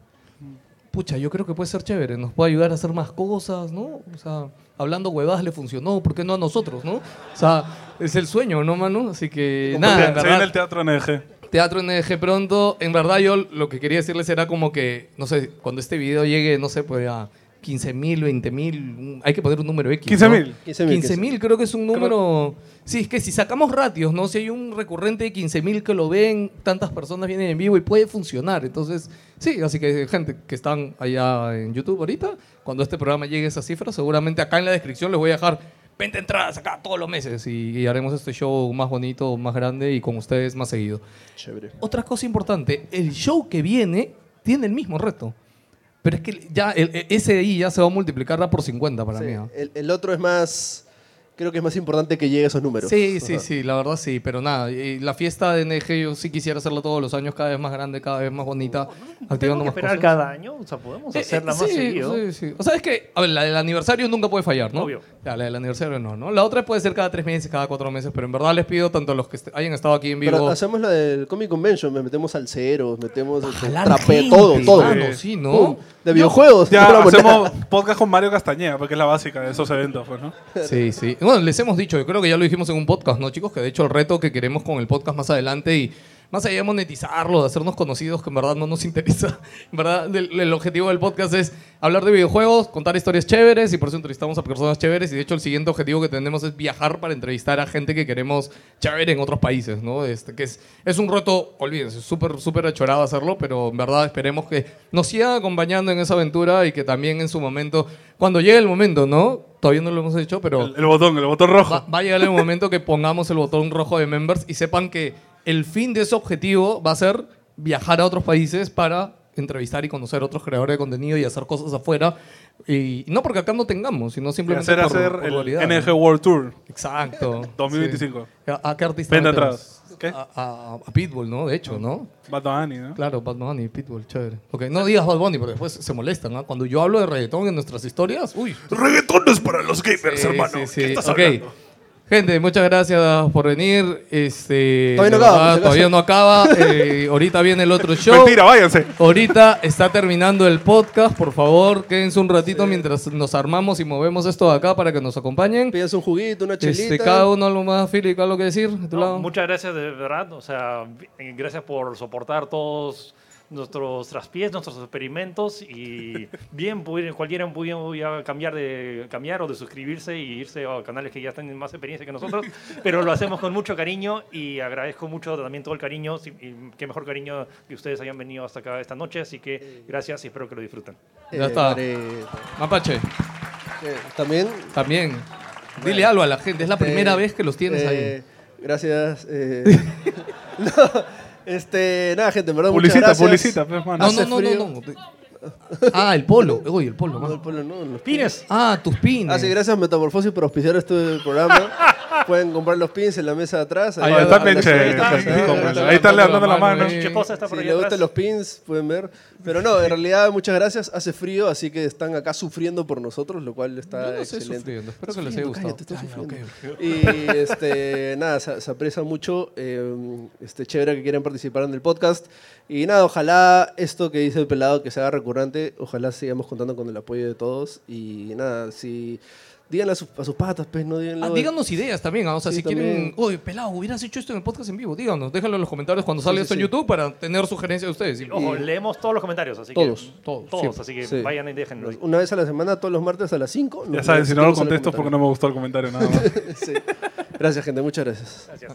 Speaker 2: Pucha, yo creo que puede ser chévere, nos puede ayudar a hacer más cosas, ¿no? O sea, hablando huevadas le funcionó, ¿por qué no a nosotros, no? O sea, es el sueño, ¿no, mano? Así que nada, en
Speaker 3: se viene el
Speaker 2: verdad,
Speaker 3: teatro NG.
Speaker 2: teatro NG pronto. En verdad, yo lo que quería decirles era como que, no sé, cuando este video llegue, no sé, pues a 15 mil, 20 mil, hay que poner un número X. ¿no?
Speaker 3: 15.000.
Speaker 5: 15.000,
Speaker 2: 15.000 creo que es un número... Sí, es que si sacamos ratios, ¿no? Si hay un recurrente de 15.000 que lo ven, tantas personas vienen en vivo y puede funcionar. Entonces, sí, así que gente que están allá en YouTube ahorita, cuando este programa llegue a esa cifra, seguramente acá en la descripción les voy a dejar 20 entradas acá todos los meses y, y haremos este show más bonito, más grande y con ustedes más seguido.
Speaker 5: Chévere.
Speaker 2: Otra cosa importante, el show que viene tiene el mismo reto. Pero es que ya el- el- ese de ahí ya se va a multiplicar por 50 para
Speaker 5: Sí,
Speaker 2: mí. ¿ah?
Speaker 5: el, el otro es más. Creo que es más importante que llegue a esos números.
Speaker 2: Sí, sí,
Speaker 5: Ajá.
Speaker 2: sí, la verdad sí, pero nada, y la fiesta de NG yo sí quisiera hacerla todos los años, cada vez más grande, cada vez más bonita,
Speaker 1: ¿Tengo
Speaker 2: activando
Speaker 1: que
Speaker 2: más
Speaker 1: esperar
Speaker 2: cosas.
Speaker 1: cada año? O sea, podemos
Speaker 2: Eh, eh,
Speaker 1: hacerla más
Speaker 2: sí,
Speaker 1: seguido.
Speaker 2: Sí, sí. O sea, es que a ver, la del aniversario nunca puede fallar, ¿no?
Speaker 1: Obvio.
Speaker 2: Ya, la del aniversario no, ¿no? La otra puede ser cada tres meses, cada cuatro meses, pero en verdad les pido tanto a los que est- hayan estado aquí en vivo.
Speaker 5: Pero hacemos la del Comic Convention, me metemos salseros, metemos este,
Speaker 2: jalar
Speaker 5: trape,
Speaker 2: gente,
Speaker 5: todo, todo.
Speaker 2: mano, sí, ¿no?
Speaker 5: Pum, de videojuegos.
Speaker 3: Uh, Ya
Speaker 5: no la moneda.
Speaker 3: hacemos podcast con Mario Castañeda, porque es la básica de esos eventos, pues, ¿no?
Speaker 2: Sí, sí. Bueno, les hemos dicho, yo creo que ya lo dijimos en un podcast, ¿no, chicos? Que de hecho el reto que queremos con el podcast más adelante y más allá de monetizarlo, de hacernos conocidos, que en verdad no nos interesa, en verdad el, el objetivo del podcast es hablar de videojuegos, contar historias chéveres y por eso entrevistamos a personas chéveres y de hecho el siguiente objetivo que tenemos es viajar para entrevistar a gente que queremos chévere en otros países, ¿no? Este, que es, es un reto, olvídense, súper, súper achorado hacerlo, pero en verdad esperemos que nos sigan acompañando en esa aventura y que también en su momento, cuando llegue el momento, ¿no? Todavía no lo hemos hecho, pero...
Speaker 3: El, el botón, el botón
Speaker 2: Va,
Speaker 3: rojo.
Speaker 2: va a llegar el momento que pongamos el botón rojo de members y sepan que el fin de ese objetivo va a ser viajar a otros países para entrevistar y conocer otros creadores de contenido y hacer cosas afuera. Y no porque acá no tengamos, sino
Speaker 3: Y
Speaker 2: simplemente
Speaker 3: hacer
Speaker 2: por,
Speaker 3: hacer
Speaker 2: por
Speaker 3: el
Speaker 2: dualidad, ¿no?
Speaker 3: NG World Tour
Speaker 2: Exacto.
Speaker 3: 2025.
Speaker 2: Sí. ¿A, a qué artista?
Speaker 3: Vente
Speaker 2: metemos?
Speaker 3: atrás. ¿Qué? Ah.
Speaker 2: A, a- a Pitbull, ¿no? De hecho, ¿no?
Speaker 3: Bad Bunny, ¿no?
Speaker 2: Claro, Bad Bunny, Pitbull, chévere. Ok, no digas Bad Bunny porque después se molestan, ¿ah? Cuando yo hablo de reggaetón en nuestras historias, uy.
Speaker 3: Reggaetón no es para los gamers,
Speaker 2: Sí,
Speaker 3: hermano.
Speaker 2: sí, sí.
Speaker 3: ¿Qué estás
Speaker 2: Ok.
Speaker 3: hablando?
Speaker 2: Gente, muchas gracias por venir. Este,
Speaker 5: Todavía no
Speaker 2: de
Speaker 5: acaba,
Speaker 2: verdad,
Speaker 5: pues, por si acaso.
Speaker 2: todavía no acaba. Eh, ahorita viene el otro show.
Speaker 3: Mentira, váyanse.
Speaker 2: Ahorita está terminando el podcast. Por favor, quédense un ratito mientras nos armamos y movemos esto de acá para que nos acompañen.
Speaker 5: Pidas un juguito, una chelita.
Speaker 2: Este, cada uno algo más, Fili, algo que decir. de tu
Speaker 1: No,
Speaker 2: lado.
Speaker 1: muchas gracias de verdad, o sea, eh, gracias por soportar todos nuestros traspiés, nuestros experimentos y bien pudieron, cualquiera pudieron ya cambiar de cambiar o de suscribirse y irse a canales que ya están en más experiencia que nosotros, pero lo hacemos con mucho cariño y agradezco mucho también todo el cariño, sí, y qué mejor cariño que ustedes hayan venido hasta acá esta noche, así que gracias y espero que lo disfruten.
Speaker 2: Ya está.
Speaker 5: Eh,
Speaker 2: Mapache,
Speaker 5: También.
Speaker 2: también. Dile algo a la gente. Es la primera
Speaker 5: eh,
Speaker 2: vez que los tienes
Speaker 5: eh,
Speaker 2: ahí.
Speaker 5: Gracias. eh. No, este, nada, gente, en verdad. muchas
Speaker 3: Publicita,
Speaker 5: gracias.
Speaker 3: publicita, pues, mano.
Speaker 2: No,
Speaker 5: hace
Speaker 2: no, no, no,
Speaker 5: frío.
Speaker 2: no. Ah, el polo. Uy, el polo.
Speaker 5: No, el
Speaker 2: mano.
Speaker 5: polo no, los
Speaker 1: Pines,
Speaker 2: Ah, tus pines.
Speaker 5: Ah, sí, gracias Metamorfosis por auspiciar este programa. Pueden comprar los pins en la mesa de atrás.
Speaker 2: Ahí
Speaker 3: No,
Speaker 2: va,
Speaker 5: van
Speaker 3: está
Speaker 5: a-
Speaker 2: ahí
Speaker 3: bien
Speaker 5: las
Speaker 3: chévere,
Speaker 5: cositas,
Speaker 3: pues,
Speaker 5: ahí
Speaker 3: ahí
Speaker 5: van a-
Speaker 3: como- ahí está levantando la mano,
Speaker 2: eh.
Speaker 1: Cheposa está por
Speaker 5: Si
Speaker 1: ahí
Speaker 5: les gustan
Speaker 1: atrás.
Speaker 5: los pins, pueden ver. Pero no, en realidad, muchas gracias. Hace frío, así que están acá sufriendo por nosotros, lo cual está
Speaker 2: Yo no estoy
Speaker 5: excelente.
Speaker 2: sufriendo. Espero que les haya gustado.
Speaker 5: Cállate, estoy
Speaker 2: Ah, ya,
Speaker 5: sufriendo.
Speaker 2: ok, ok.
Speaker 5: Y este, nada, se, se aprecia mucho. eh, este, chévere que quieren participar en el podcast. Y nada, ojalá esto que dice el pelado que se haga recurrente recurrente. Ojalá sigamos contando con el apoyo de todos. Y nada, si. Díganle a sus, a sus patas, pues, no díganle.
Speaker 2: Ah, díganos ideas también, ah, o sea,
Speaker 5: Sí,
Speaker 2: si quieren,
Speaker 5: también.
Speaker 2: oye, pelado, hubieras hecho esto en el podcast en vivo, díganos, déjenlo en los comentarios cuando salga
Speaker 5: sí,
Speaker 2: esto en
Speaker 5: sí.
Speaker 2: YouTube para tener sugerencias de ustedes. Y-
Speaker 1: Ojo, leemos todos los comentarios, así
Speaker 5: Todos,
Speaker 1: que.
Speaker 2: todos,
Speaker 5: siempre.
Speaker 1: así que
Speaker 5: Sí.
Speaker 1: vayan y déjenlo.
Speaker 5: Una vez a la semana, todos los martes a las 5.
Speaker 3: Ya saben, si no lo contesto es porque no me gustó el comentario nada más.
Speaker 5: Gracias, gente, muchas gracias.
Speaker 1: Gracias.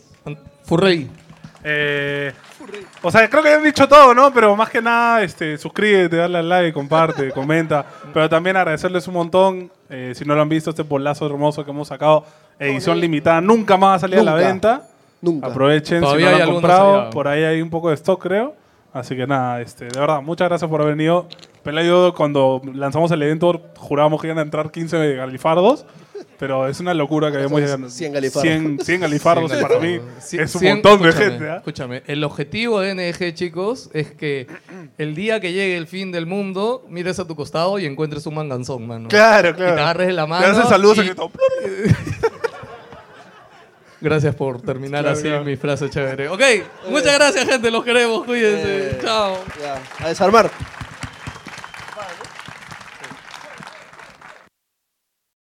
Speaker 2: Furrey.
Speaker 3: Eh, o sea, creo que han dicho todo, ¿no? Pero más que nada, este, suscríbete, dale al like, comparte, comenta. Pero también agradecerles un montón. eh, si no lo han visto, este bolazo hermoso que hemos sacado, edición limitada, nunca más va a salir a la
Speaker 5: Nunca.
Speaker 3: venta.
Speaker 5: Nunca.
Speaker 3: Aprovechen
Speaker 2: Todavía
Speaker 3: si
Speaker 2: hay
Speaker 3: no lo han
Speaker 2: algunos
Speaker 3: comprado.
Speaker 2: allá.
Speaker 3: Por ahí hay un poco de stock, creo. Así que nada, este, de verdad, muchas gracias por haber venido. Pelayo, cuando lanzamos el evento, jurábamos que iban a entrar 15 galifardos. Pero es una locura que hayamos
Speaker 5: Son
Speaker 3: llegado.
Speaker 5: 100 galifardos.
Speaker 3: 100, 100 galifardos para mí
Speaker 2: Sí,
Speaker 3: es un
Speaker 2: cien-
Speaker 3: montón de
Speaker 2: escúchame,
Speaker 3: gente. ¿ah?
Speaker 2: Escúchame, el objetivo de NG, chicos, es que el día que llegue el fin del mundo, mires a tu costado y encuentres un manganzón, mano.
Speaker 3: Claro,
Speaker 2: Y te agarres de la mano.
Speaker 3: Le hacen saludos
Speaker 2: y-
Speaker 3: en grito.
Speaker 2: Gracias por terminar
Speaker 3: Claro,
Speaker 2: así
Speaker 3: claro.
Speaker 2: mi
Speaker 3: ¿eh?
Speaker 2: frase chévere. Ok, muchas gracias, gente, los queremos, cuídense. Chao.
Speaker 5: Ya, Eh, a desarmar.